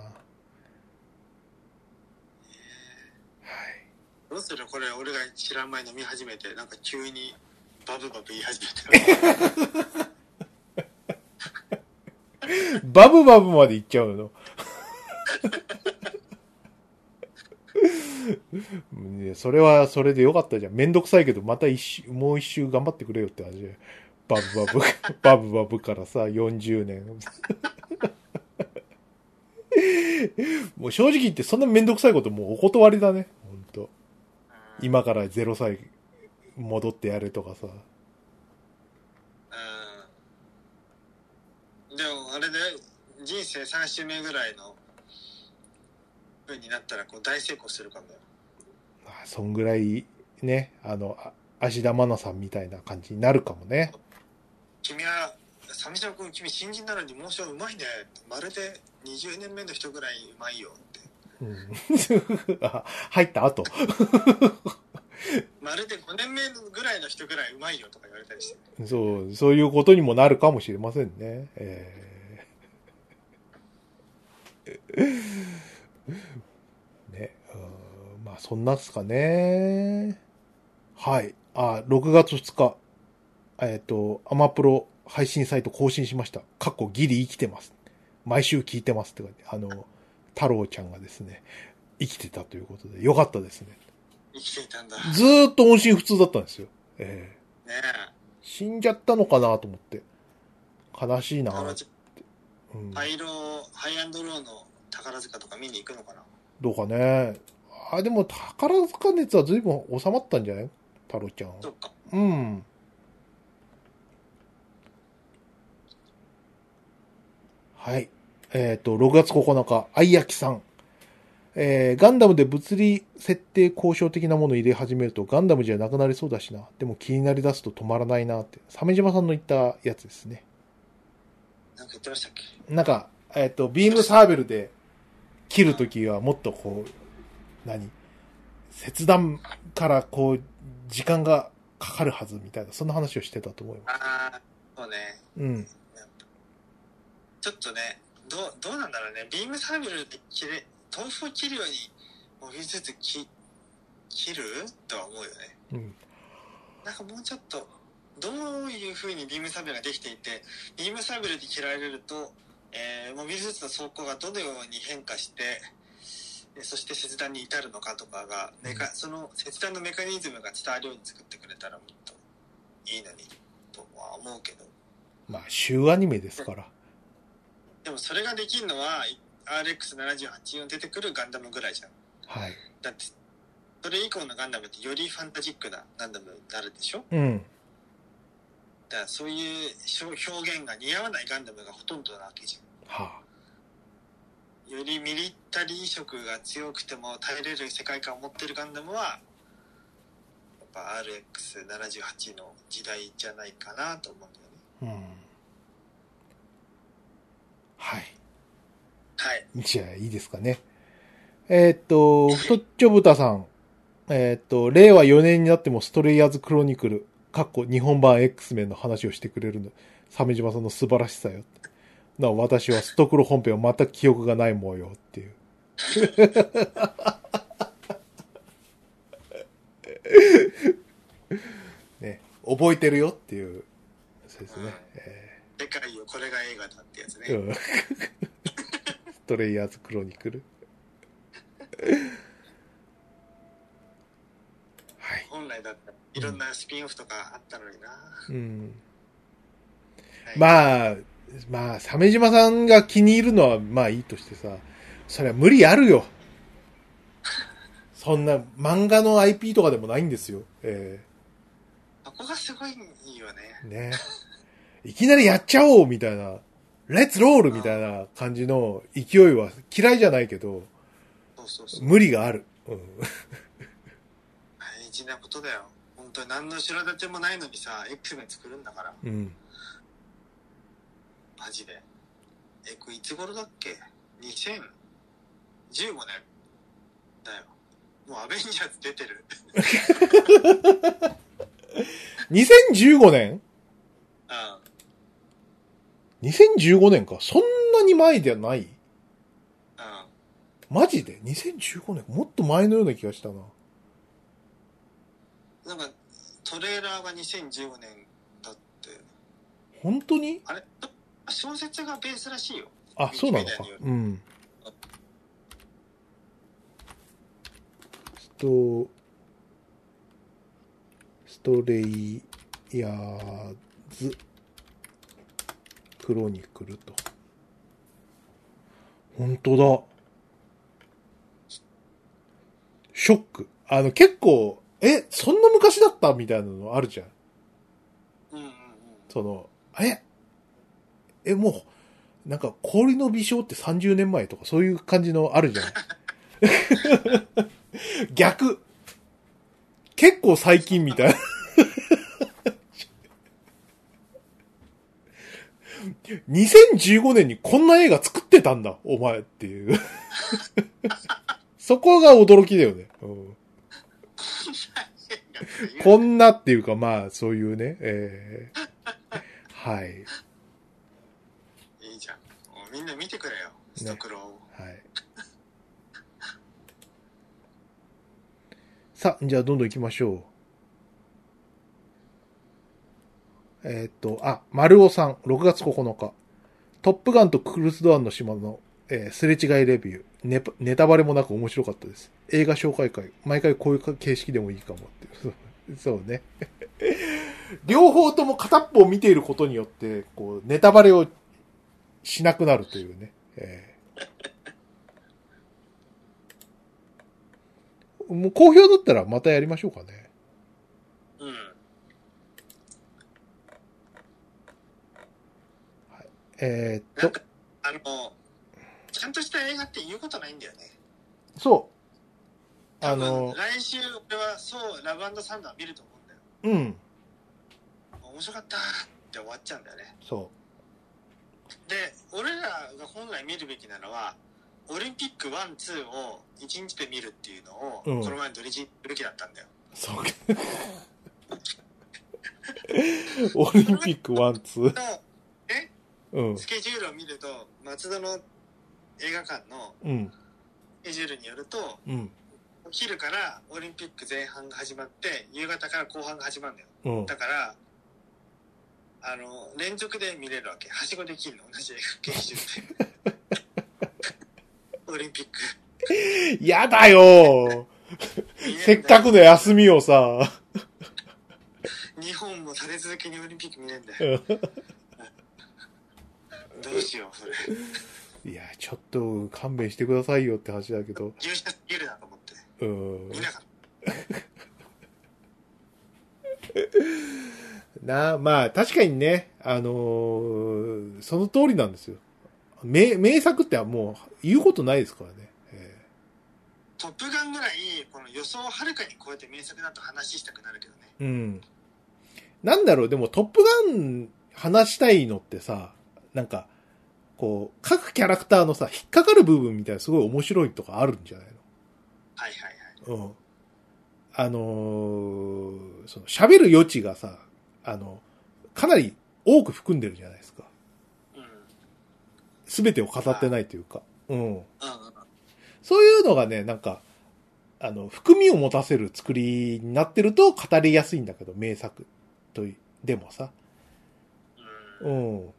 どうするこれ俺が知らん前飲み始めてなんか急にバブバブ言い始めたバブバブまで行っちゃうの。 いやそれはそれでよかったじゃん。めんどくさいけど、また一周、もう一周頑張ってくれよって話で。バブ バブ、バブバブからさ、40年。 もう正直言ってそんなめんどくさいこともうお断りだね。ほんと。今から0歳戻ってやれとかさ。うんでもあれで人生3周目ぐらいの風になったらこう大成功するかもよあそんぐらい、ね、あの、あ芦田愛菜さんみたいな感じになるかもね。君は鮫島君君新人なのにモーションうまいねまるで20年目の人ぐらいうまいよってうん あ入った後。まるで5年目ぐらいの人ぐらいうまいよとか言われたりしてそう、そういうことにもなるかもしれませんね。えー ね、うんまあそんなっすかね。はい。あ、6月2日、えっ、と、アマプロ配信サイト更新しました。かっこギリ生きてます。毎週聞いてますって感じ。あの、太郎ちゃんがですね、生きてたということで、よかったですね。生きていたんだねずーっと音信不通だったんですよ。えーえ死んじゃったのかなと思って。悲しいな、あのうんハイローハイアンドローの宝塚とか見に行くのかなどうかね。あ、でも宝塚熱は随分収まったんじゃない太郎ちゃん。そっかうん。はい。えっ、と、6月9日、愛焼さん。えーガンダムで物理設定交渉的なものを入れ始めると、ガンダムじゃなくなりそうだしな。でも気になり出すと止まらないなって。鮫島さんの言ったやつですね。なんか言ってましたっけなんか、えっ、と、ビームサーベルで切るときはもっとこう、何切断からこう、時間がかかるはずみたいな、そんな話をしてたと思います。ああ、そうね。うん。ちょっとね、どう、どうなんだろうね。ビームサーベルで切れ、豆腐を切るように、もう一つずつ切、切るとは思うよね。うん。なんかもうちょっと、どういう風にビームサーベルができていて、ビームサーベルで切られると、えー、モビルスーツの走行がどのように変化して、えーそして切断に至るのかとかが、メカ、その切断のメカニズムが伝わるように作ってくれたらもっといいのに、とは思うけど。まあ、週アニメですから。でもそれができるのは、い RX78 4出てくるガンダムぐらいじゃん。はい。だって、それ以降のガンダムってよりファンタジックなガンダムになるでしょうん。だからそういう表表現が似合わないガンダムがほとんどなわけじはゃん。よりミリタリー色が強くても耐えれる世界観を持ってるガンダムは、やっぱ RX78 の時代じゃないかなと思うんだよね。あ。うん。はい。はい。じゃあ、いいですかね。えーっと、太っちょ豚さん。えーっと、令和4年になってもストレイヤーズクロニクル、かっこ日本版 X メンの話をしてくれるの、鮫島さんの素晴らしさよ。なお、私はストクロ本編は全く記憶がないもんよっていう。 ね、覚えてるよっていう、そうですね。え世界よ、これが映画だってやつね。ーうんストレイヤーズクロニクル。はい。本来だったらいろんなスピンオフとかあったのにな。うんはいまあ、まあ、鮫島さんが気に入るのはまあいいとしてさ、そりゃ無理あるよ。そんな漫画の IP とかでもないんですよ。えそこがすごいいいよね。えね。いきなりやっちゃおうみたいな、レッツロールみたいな感じの勢いは嫌いじゃないけど、そうそうそう。無理がある。うん。大事なことだよ。本当に何の後ろ盾もないのにさ、X メン作るんだから、うん。マジで。え、これいつ頃だっけ ?2015 年だよ。もうアベンジャーズ出てる。 2015年うん。 2015年か。そんなに前ではないうん。マジで ?2015 年もっと前のような気がしたな。なんか、トレーラーが2015年だって。本当にあれ小説がベースらしいよ。あ、そうなのか。うん。スト、ストレイヤーズ、クロニクルと。本当だ。ショック。あの、結構、え、そんな昔だったみたいなのあるじゃん。うん うんうん。その、あれえ、もう、なんか氷の微笑って30年前とかそういう 感じのあるじゃん。逆。結構最近みたいな。2015年にこんな映画作ってたんだ、お前っていう。そこが驚きだよね。うんこんなっていうか、まあ、そういうね。えーはい。いいじゃん。もうみんな見てくれよ。ストクロを。はい。さあ、じゃあどんどん行きましょう。えーっと、あ、丸尾さん、6月9日。トップガンとクルスドアンの島の、えーすれ違いレビューネパ。ネタバレもなく面白かったです。映画紹介会。毎回こういう形式でもいいかもっていう。 そうそうね。両方とも片っぽを見ていることによって、こう、ネタバレをしなくなるというね。えーもう好評だったらまたやりましょうかね。うん。えーなっんとか、、あの、ちゃんとした映画って言うことないんだよね。そう。あ多分の、来週俺はそう、ラブサンダー見ると思うんだよ。うん、面白かったって終わっちゃうんだよね。そで、俺らが本来見るべきなのは、オリンピック1、2を1日で見るっていうのを、うんこの前の土日武器だったんだよ。そう か。オリンピックワン、ツー。のうん。スケジュールを見ると、松戸の映画館のうん。スケジュールによると、うん。お昼からオリンピック前半が始まって、夕方から後半が始まるんだよ。うん。だから、あの、連続で見れるわけ。はしごできるの、同じ映画研修 で。オリンピック。やだよ見れるんだよせっかくの休みをさ。日本も立て続けにオリンピック見れんだうよ。んどうしよう、それ。いや、ちょっと勘弁してくださいよって話だけど。勇者すぎるなと思って。うん見。なかっな、まあ、確かにね、あのーその通りなんですよ。名、名作ってはもう言うことないですからね。えた。トップガンぐらい、この予想をはるかに超えて名作だと話したくなるけどね。えうん。なんだろう、でもトップガン話したいのってさ、なんか、こう、各キャラクターのさ、引っかかる部分みたいなすごい面白いとかあるんじゃないはいはいはい。のうん。あのーその喋る余地がさ、あの、かなり多く含んでるじゃないですか。うん。うんすべてを語ってないというか。うん。うんうん。そういうのがね、なんか、あの、含みを持たせる作りになってると語りやすいんだけど、名作とい、でもさ。う。うんん。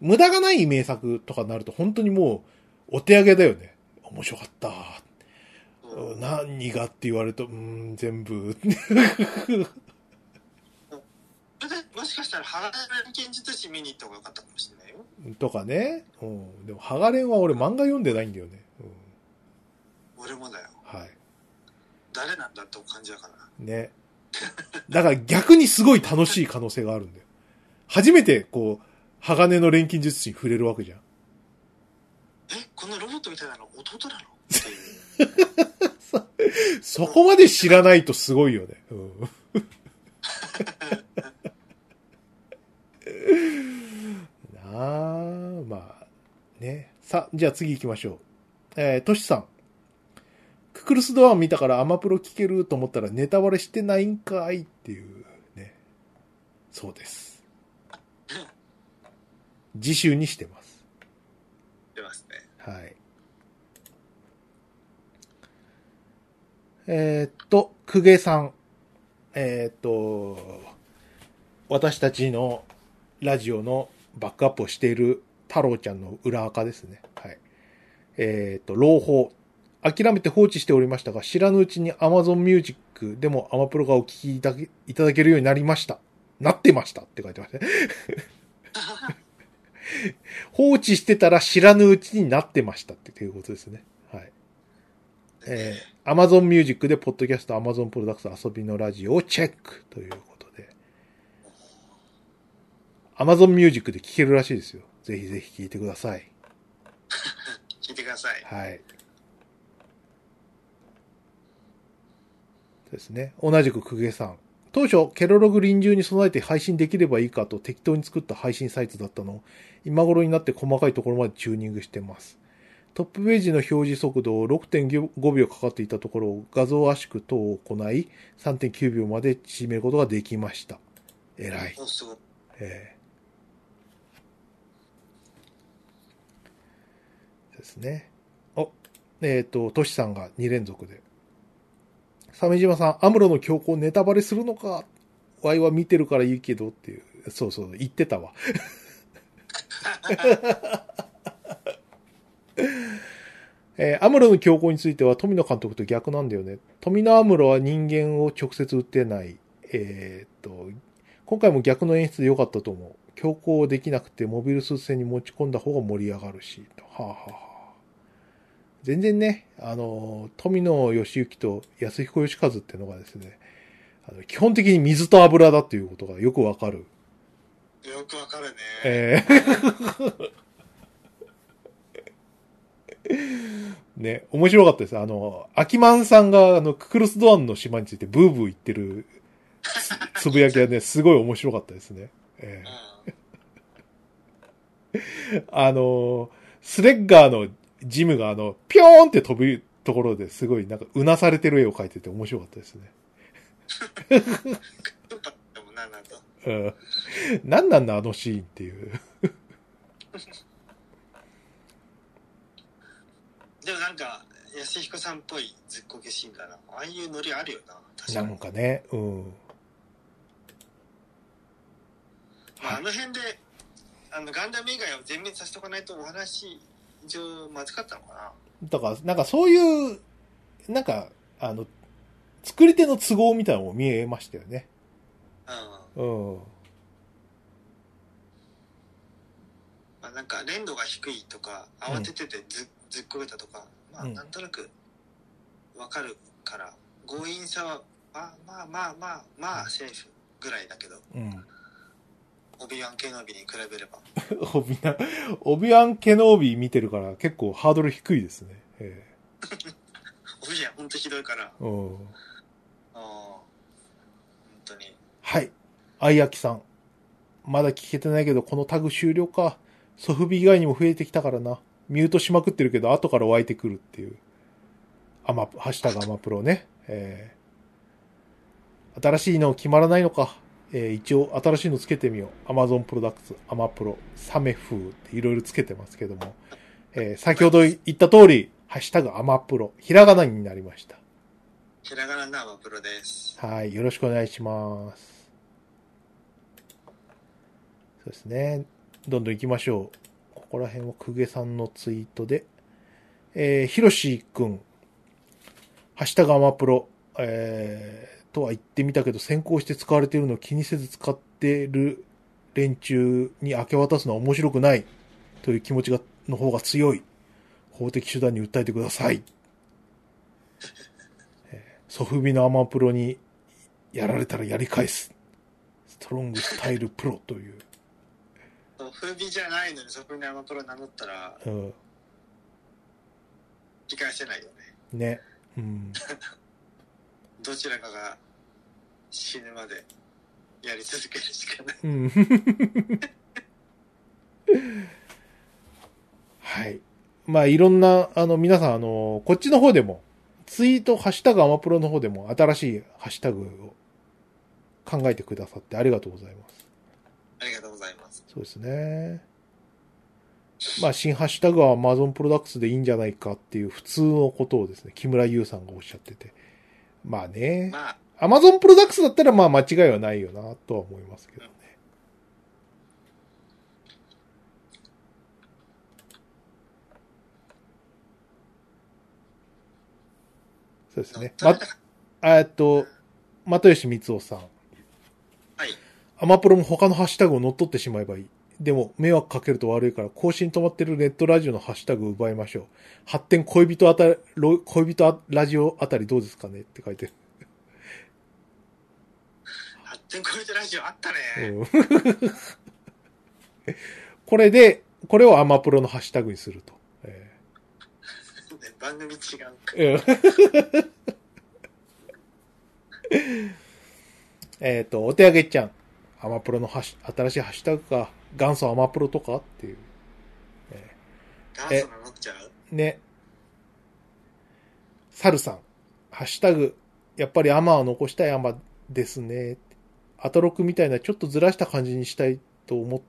無駄がない名作とかになると、本当にもう、お手上げだよね。面白かった。そう何がって言われると、うーん、全部。 それで、もしかしたら、ハガレン剣術師見に行った方が良かったかもしれないよ。とかね。うん。でも、ハガレンは俺漫画読んでないんだよね。うん。俺もだよ。はい。誰なんだと感じだから。ね。だから逆にすごい楽しい可能性があるんだよ。初めて、こう、鋼の錬金術師に触れるわけじゃん。え、このロボットみたいなの弟なのっていう。そこまで知らないとすごいよね。うん。 なあ、まあ、ね。さ、じゃあ次行きましょう。えー、トシさん。ククルスドアン見たからアマプロ聞けると思ったらネタバレしてないんかいっていうね。そうです。次週にしてます。出ますね。はい。えーっと、くげさん。えーっと、私たちのラジオのバックアップをしている太郎ちゃんの裏垢ですね。はい。えーっと、朗報。諦めて放置しておりましたが、知らぬうちに Amazon Music でもアマプロがお聴きいただけいただけるようになりました。なってましたって書いてましたね。放置してたら知らぬうちになってましたっていうことですね。はい。えー、Amazon Music で、ポッドキャスト、Amazon プロダクツ遊びのラジオをチェックということで。Amazon Music で聴けるらしいですよ。ぜひぜひ聴いてください。聞いてください。はい。そうですね。同じくくげさん。当初、ケロログ臨終に備えて配信できればいいかと適当に作った配信サイトだったのを、今頃になって細かいところまでチューニングしてます。トップページの表示速度を6.5秒かかっていたところを画像圧縮等を行い、3.9秒まで縮めることができました。えらい。お、すごい。ええですね。お、えっ、と、トシさんが2連続で。鮫島さん、アムロの強行ネタバレするのか。ワイは見てるからいいけどっていう。そうそう、言ってたわ。 えーアムロの強行については富野監督と逆なんだよね。富野アムロは人間を直接撃ってない。えーっと、今回も逆の演出で良かったと思う。強行できなくてモビルスーツ戦に持ち込んだ方が盛り上がるし、とはあ、はあはあ、全然ね、あの、富野義行と安彦義和っていうのがですね、あの基本的に水と油だということがよくわかる。よくわかるね。えー ね、面白かったです。あの、アキマンさんが、あの、ククルスドアンの島についてブーブー言ってるつつぶやきがね、すごい面白かったですね。えーうあの、スレッガーのジムがあの、ピョーンって飛ぶところですごいなんかうなされてる絵を描いてて面白かったですね。クッパでもな、なんと。うん。なんなんだあのシーンっていう。でもなんか、安彦さんっぽいずっこけシーンだな。ああいうノリあるよな、確かなに。んかね、うん。まあ、あの辺で、あの、ガンダム以外を全滅させておかないとお話、一応まずかったのかだから、なんかそういう、なんか、あの、作り手の都合みたいなのも見えましたよね。な。うん。うん。 まあ、なんか、連度が低いとか、うん慌てててず,、ずっこけたとか、まあ、うんなんとなく、わかるから、強引さは、まあまあまあまあ、まあ、セーフぐらいだけど、うん。オビワン系のビに比べれば。オビナ、オビアン・ケノービー見てるから結構ハードル低いですね。えオビワンほんとひどいから、えうん。ああ、本当に。はい。愛明さん。まだ聞けてないけど、このタグ終了か。ソフビ以外にも増えてきたからな。ミュートしまくってるけど、後から湧いてくるっていう。アマ、ハッシュタグアマプロね。えー新しいの決まらないのか。えー一応新しいのつけてみよう。アマゾンプロダクツ、アマプロ、サメ風っていろいろつけてますけども。えー先ほど言った通り、ハッシュタグアマプロ、ひらがなになりました。ひらがななマプロです。はい、よろしくお願いします。そうですね。どんどん行きましょう。ここら辺はくげさんのツイートで。えー、ひろしくん。ハッシュタグアマプロ。えー、とは言ってみたけど、先行して使われているのを気にせず使ってる連中に明け渡すのは面白くない。という気持ちが、の方が強い。法的手段に訴えてください。ソフビのアマプロにやられたらやり返す。ストロングスタイルプロという。そう風靡じゃないのにそこにアマプロ名乗ったら、うん、引き返せないよね。ね。うん。どちらかが死ぬまでやり続けるしかない。うん。はい。まあ、いろんな、あの、皆さん、あの、こっちの方でも、ツイート、ハッシュタグアマプロの方でも、新しいハッシュタグを考えてくださってありがとうございます。ありがとうございます。そうですね。まあ、新ハッシュタグは Amazon プロダクツでいいんじゃないかっていう普通のことをですね、木村優さんがおっしゃってて。まあね、まあ、 Amazon プロダクツだったらまあ間違いはないよなとは思いますけどね。そうですね。ま、えっと、又吉光雄さん。はい。アマプロも他のハッシュタグを乗っ取ってしまえばいい。でも、迷惑かけると悪いから、更新止まってるネットラジオのハッシュタグを奪いましょう。発展恋人あたり、ろ恋人あラジオあたりどうですかねって書いて発展超えてラジオあったね。る。うん これで、これをアマプロのハッシュタグにすると。えね番組違うか。ー えっと、お手上げちゃん。アマプロのハッシュ、新しいハッシュタグか、元祖アマプロとかっていう。ダンス名乗っちゃうね。サルさん。ハッシュタグ、やっぱりアマは残したいアマですね。アトロクみたいなちょっとずらした感じにしたいと思っ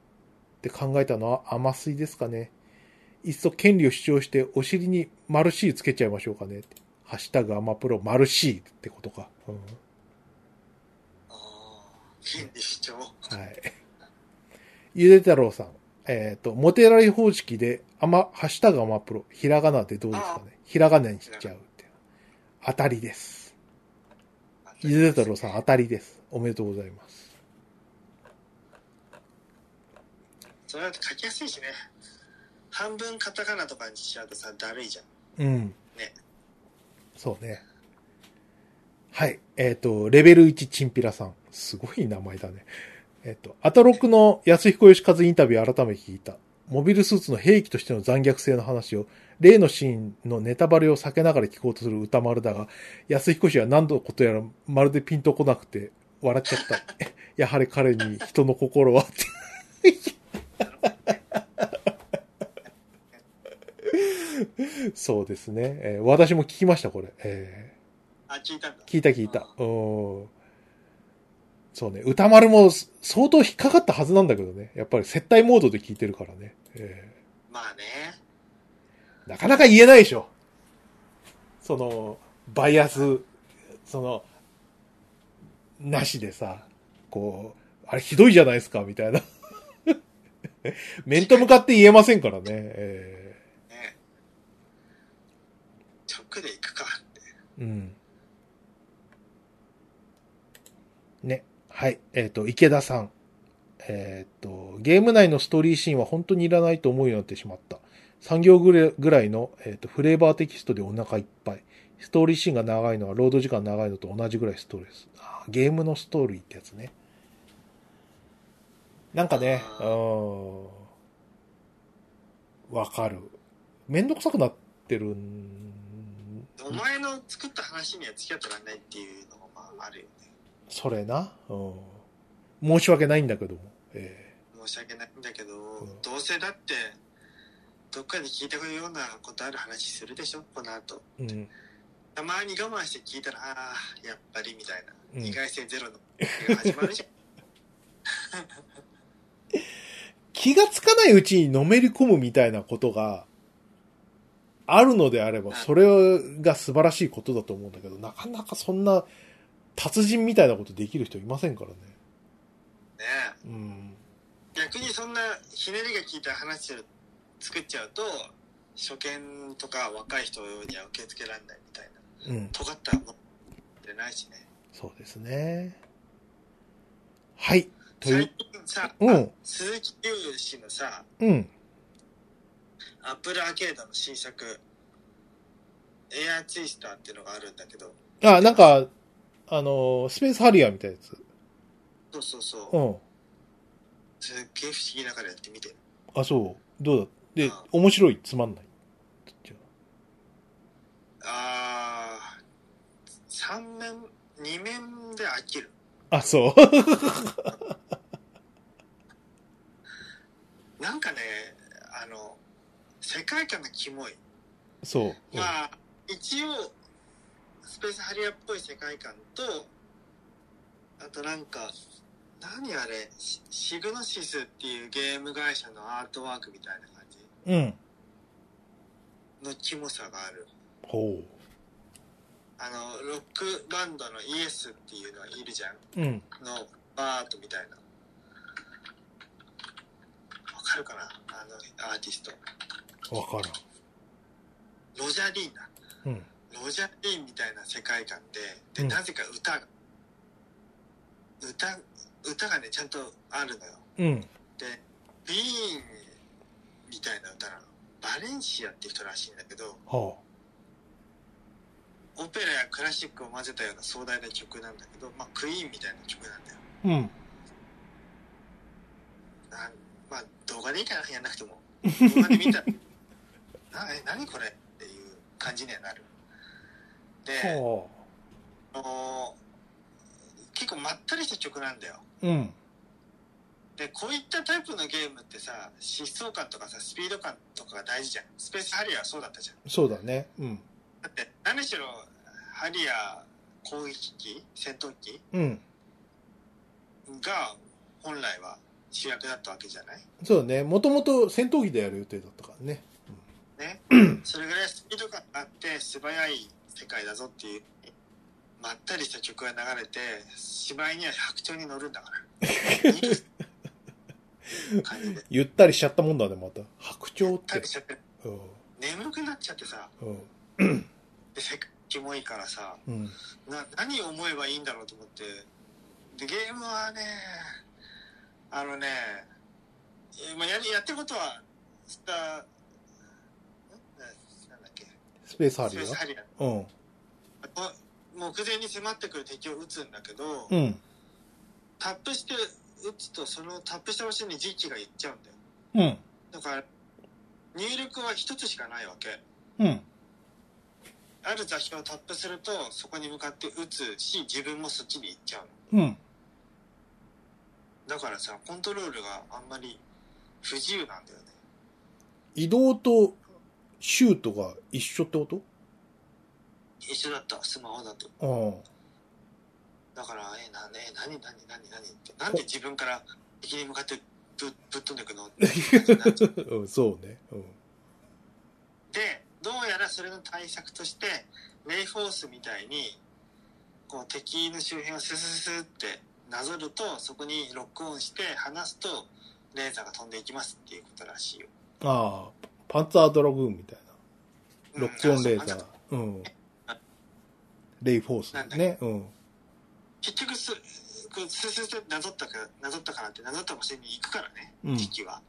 て考えたのはアマスイですかね。いっそ権利を主張してお尻に丸 C つけちゃいましょうかね。ハッシュタグアマプロ丸 C ってことか。うんああ、権利主張。はい。ゆで太郎さん。えっ、と、モテライ方式で、あま、ハッシュタグアマプロ、ひらがなってどうですかねひらがなにしちゃうっていう。当たりです。ゆで太郎さん、当たりです。おめでとうございます。それだと書きやすいしね。半分カタカナとかにしちゃうとさ、だるいじゃん。うん。ね。そうね。はい。えっ、と、レベル1チンピラさん。すごい名前だね。えっ、と、アタロックの安彦義和インタビュー改めて聞いた。モビルスーツの兵器としての残虐性の話を、例のシーンのネタバレを避けながら聞こうとする歌丸だが、安彦氏は何度ことやらまるでピンとこなくて笑っちゃった。 やはり彼に人の心はって。 そうですね、えー私も聞きました、これ。えあ、聞いたんだー。聞いた聞いた。うん。そうね、歌丸も相当引っかかったはずなんだけどね。やっぱり接待モードで聞いてるからね。えまあね。ーなかなか言えないでしょ。その、バイアス、その、なしでさ、こう、あれひどいじゃないですか、みたいな。 面と向かって言えませんからね。えね直で行くかって。ーうん。ね。はい。えっ、と、池田さん。えっ、と、ゲーム内のストーリーシーンは本当にいらないと思うようになってしまった。3行ぐらいぐらいの、えっとフレーバーテキストでお腹いっぱい。ストーリーシーンが長いのはロード時間長いのと同じぐらいストーリーです。あーゲームのストーリーってやつね。なんかね、あうんわかる。めんどくさくなってるんお前の作った話には付き合ってらんないっていうのもまああるよね。それな。うん申し訳ないんだけども。え申し訳ないんだけど、んどうせだって、どっかで聞いたようなことある話するでしょ、この後。ーうんたまに我慢して聞いたら、ああ、やっぱりみたいな。うん意外性ゼロの始まる じゃん。気がつかないうちにのめり込むみたいなことがあるのであれば、それが素晴らしいことだと思うんだけど、なかなかそんな達人みたいなことできる人いませんからね。ねえうん。逆にそんなひねりが効いた話を作っちゃうと、初見とか若い人には受け付けられないみたいな。うん。尖ったもんでないしね。そうですね。はい。とい最う、近さ、うん鈴木優氏のさ、うん。アップルアーケードの新作、エアーツイスターっていうのがあるんだけど、あ、なんか、あの、スペースハリアーみたいなやつ。そうそうそう、うん。すっげえ不思議ながらやってみてる。あ、そう。どうだであ、面白い、つまんない。あー、3面、2面で飽きる。あ、そう。 なんかね、あの、世界観がキモい。そう。うんまあ、一応、スペースハリアーっぽい世界観と、あとなんか、何あれ、シシグノシスっていうゲーム会社のアートワークみたいな感じうん。のキモさがある。ほあの、ロックバンドのイエスっていうのがいるじゃん。う。うん。のバートみたいな。わかるかなあの、アーティスト。わからん。ロジャリーンだ。うん。ロジャリーンみたいな世界観で、で、うんなぜか歌が、歌、歌がね、ちゃんとあるのよ。うん。で、ビーンみたいな歌なの。バレンシアって人らしいんだけど、はオペラやクラシックを混ぜたような壮大な曲なんだけど、まあ、クイーンみたいな曲なんだよ。あ。うん。なんまあ、動画でいいかな、やんなくても。動画で見たら、 なえ、何これっていう感じにはなる。で、はあの結構まったりした曲なんだよ。あ。うん。で、こういったタイプのゲームってさ、疾走感とかさ、スピード感とかが大事じゃん。スペースハリアーはそうだったじゃん。そうだね。うん。だって、何しろ、ハリアー攻撃機、戦闘機うん。が本来は主役だったわけじゃないそうだね。もともと戦闘機でやる予定だったからね。ね、それぐらいスピード感があって素早い世界だぞっていうまったりした曲が流れてしまいには白鳥に乗るんだから逃げる感じでゆったりしちゃったもんだね、また。白鳥っ食てべ。ちゃってうん。眠くなっちゃってさうん。で世界キモいからさうん。な何を思えばいいんだろうと思ってでゲームはねあのね、えーまあ、やりやってることはスターんななんだっけスペースハスペリアースーハリアーうん。あ目前に迫ってくる敵を撃つんだけど、うん。タップして撃つとそのタップした場所に時期がいっちゃうんだようん。だから入力は一つしかないわけうん。ある座標をタップするとそこに向かって撃つし自分もそっちに行っちゃうのうん。だからさコントロールがあんまり不自由なんだよね移動とシュートが一緒ってこと一緒だった、スマホだと。うん。だから、え、な、え、なになになになにって。なんで自分から敵に向かってぶぶっ飛んでいくのってなっちゃううん、そうね。うん。で、どうやらそれの対策として、レイフォースみたいに、こう敵の周辺をススススってなぞると、そこにロックオンして離すと、レーザーが飛んでいきますっていうことらしいよ。ああ、パンツァードラグーンみたいな。ロックオンレーザうんー。うん。レイフォースね。うん。結局す、こうスースースーってなぞったか、なぞったからって、なぞった場所に行くからね、うん時期は。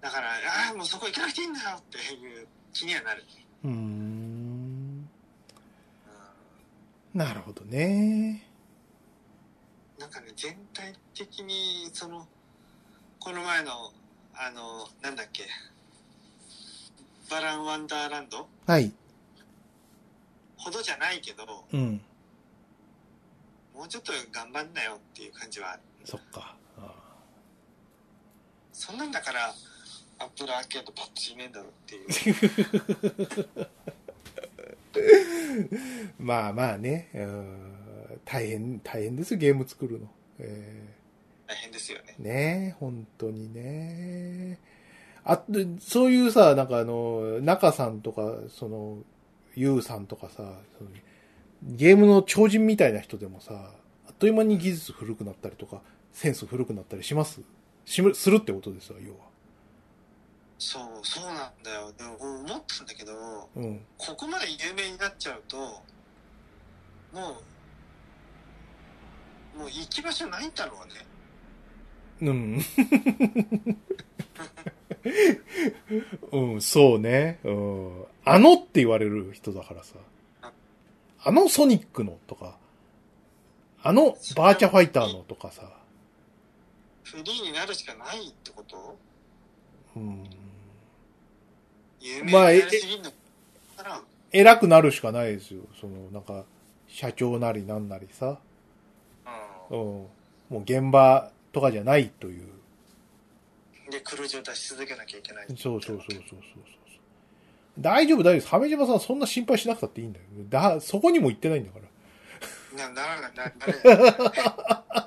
だから、ああ、もうそこ行かなくていいんだよっていう気にはなる。うーん。うなるほどね。ん、なんかね、全体的に、その、この前の、あの、なんだっけ、バランワンダーランドはい。ほどじゃないけど、うん。もうちょっと頑張んなよっていう感じはある。そっか。あそんなんだから、アップルアーケードパッチいねえんだろっていう。 あまあまあね。うん大変、大変ですよ、ゲーム作るの。えー大変ですよね。ねえ、本当にね。あでそういうさ、なんかあの、中さんとか、その、ゆうさんとかさ、そのゲームの超人みたいな人でもさ、あっという間に技術古くなったりとか、センス古くなったりしますしむするってことですよ、要は。そう、そうなんだよ。でも、思ったんだけど、うん。ここまで有名になっちゃうと、もう、もう行き場所ないんだろうね。うん。うん、そうね。うん。あのって言われる人だからさ。あのソニックのとか、あのバーチャファイターのとかさ。フリーになるしかないってことうん。有名になりすぎるのかな、偉くなるしかないですよ。その、なんか、社長なりなんなりさ。うん。もう現場とかじゃないという。うん、で黒字を出し続けなきゃいけないそうそうそうそうそうそう。大丈夫、大丈夫。鮫島さんそんな心配しなくたっていいんだよ。だ、そこにも行ってないんだかなら。ならないななら ない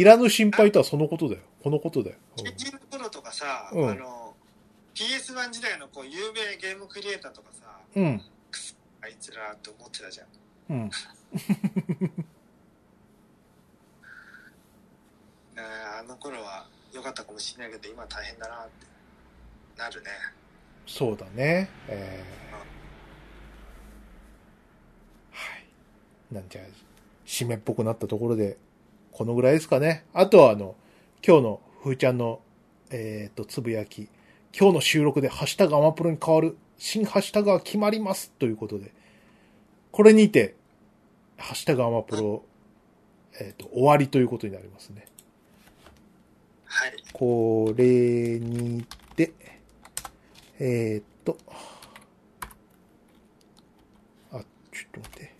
いらぬ心配とはそのことだよ。このことだよ。うん新人の頃とかさ、うんあの PS1 時代のこう有名ゲームクリエイターとかさうん。あいつらって思ってたじゃんうん。ねあの頃は良かったかもしれないけど今は大変だなってなるねそうだね。えうーんはい。なんじゃ、締めっぽくなったところで、このぐらいですかね。あとは、あの、今日のふーちゃんの、えっ、と、つぶやき。今日の収録でハッシュタグアマプロに変わる新ハッシュタグが決まりますということで、これにて、ハッシュタグアマプロ、えっ、と、終わりということになりますね。はいこれにて、えーっと、あ、ちょっと待って。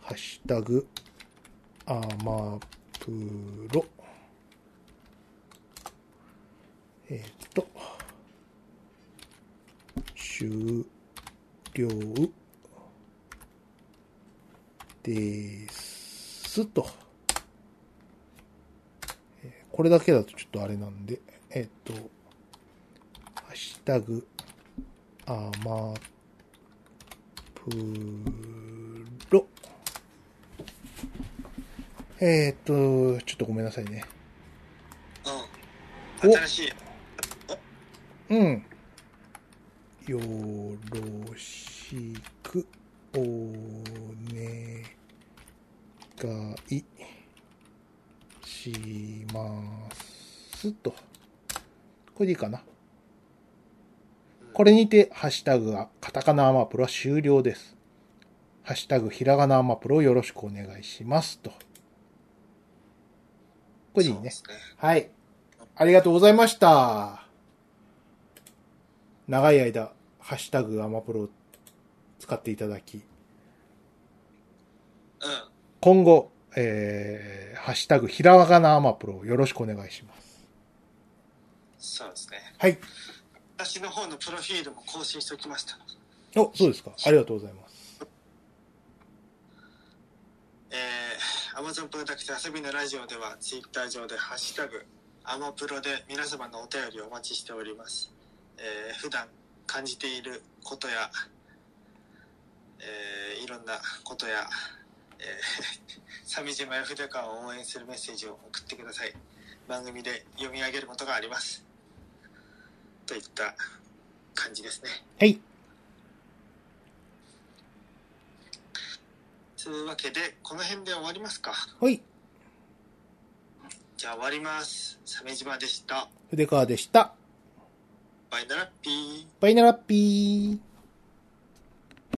ハッシュタグ、アマプロ。えーっと、終了ですと。これだけだとちょっとあれなんで、えっと、ハッシュタグ、アマプロ。えっと、ちょっとごめんなさいね。うんお新しいうん。よろしくお願いしますと。これでいいかな。これにて、ハッシュタグがカタカナアマプロは終了です。ハッシュタグひらがなアマプロをよろしくお願いしますと。これでいいそうでね。すはい。ありがとうございました。長い間、ハッシュタグアマプロを使っていただうき、ん今後、えー、ハッシュタグひらがなアマプロをよろしくお願いします。そうですね。はい。私の方のプロフィールも更新しておきました。お、そうですか。ありがとうございます。えー、Amazon プロダクト遊びのラジオでは、ツイッター上でハッシュタグ、アマプロで皆様のお便りをお待ちしております。えー、普段感じていることや、えー、いろんなことや、えー、 鮫島や筆川を応援するメッセージを送ってください。番組で読み上げることがあります。といった感じですね。はい。というわけで、この辺で終わりますか。はい。じゃあ終わります。鮫島でした。筆川でした。バイナラッピー。バイナラッピー。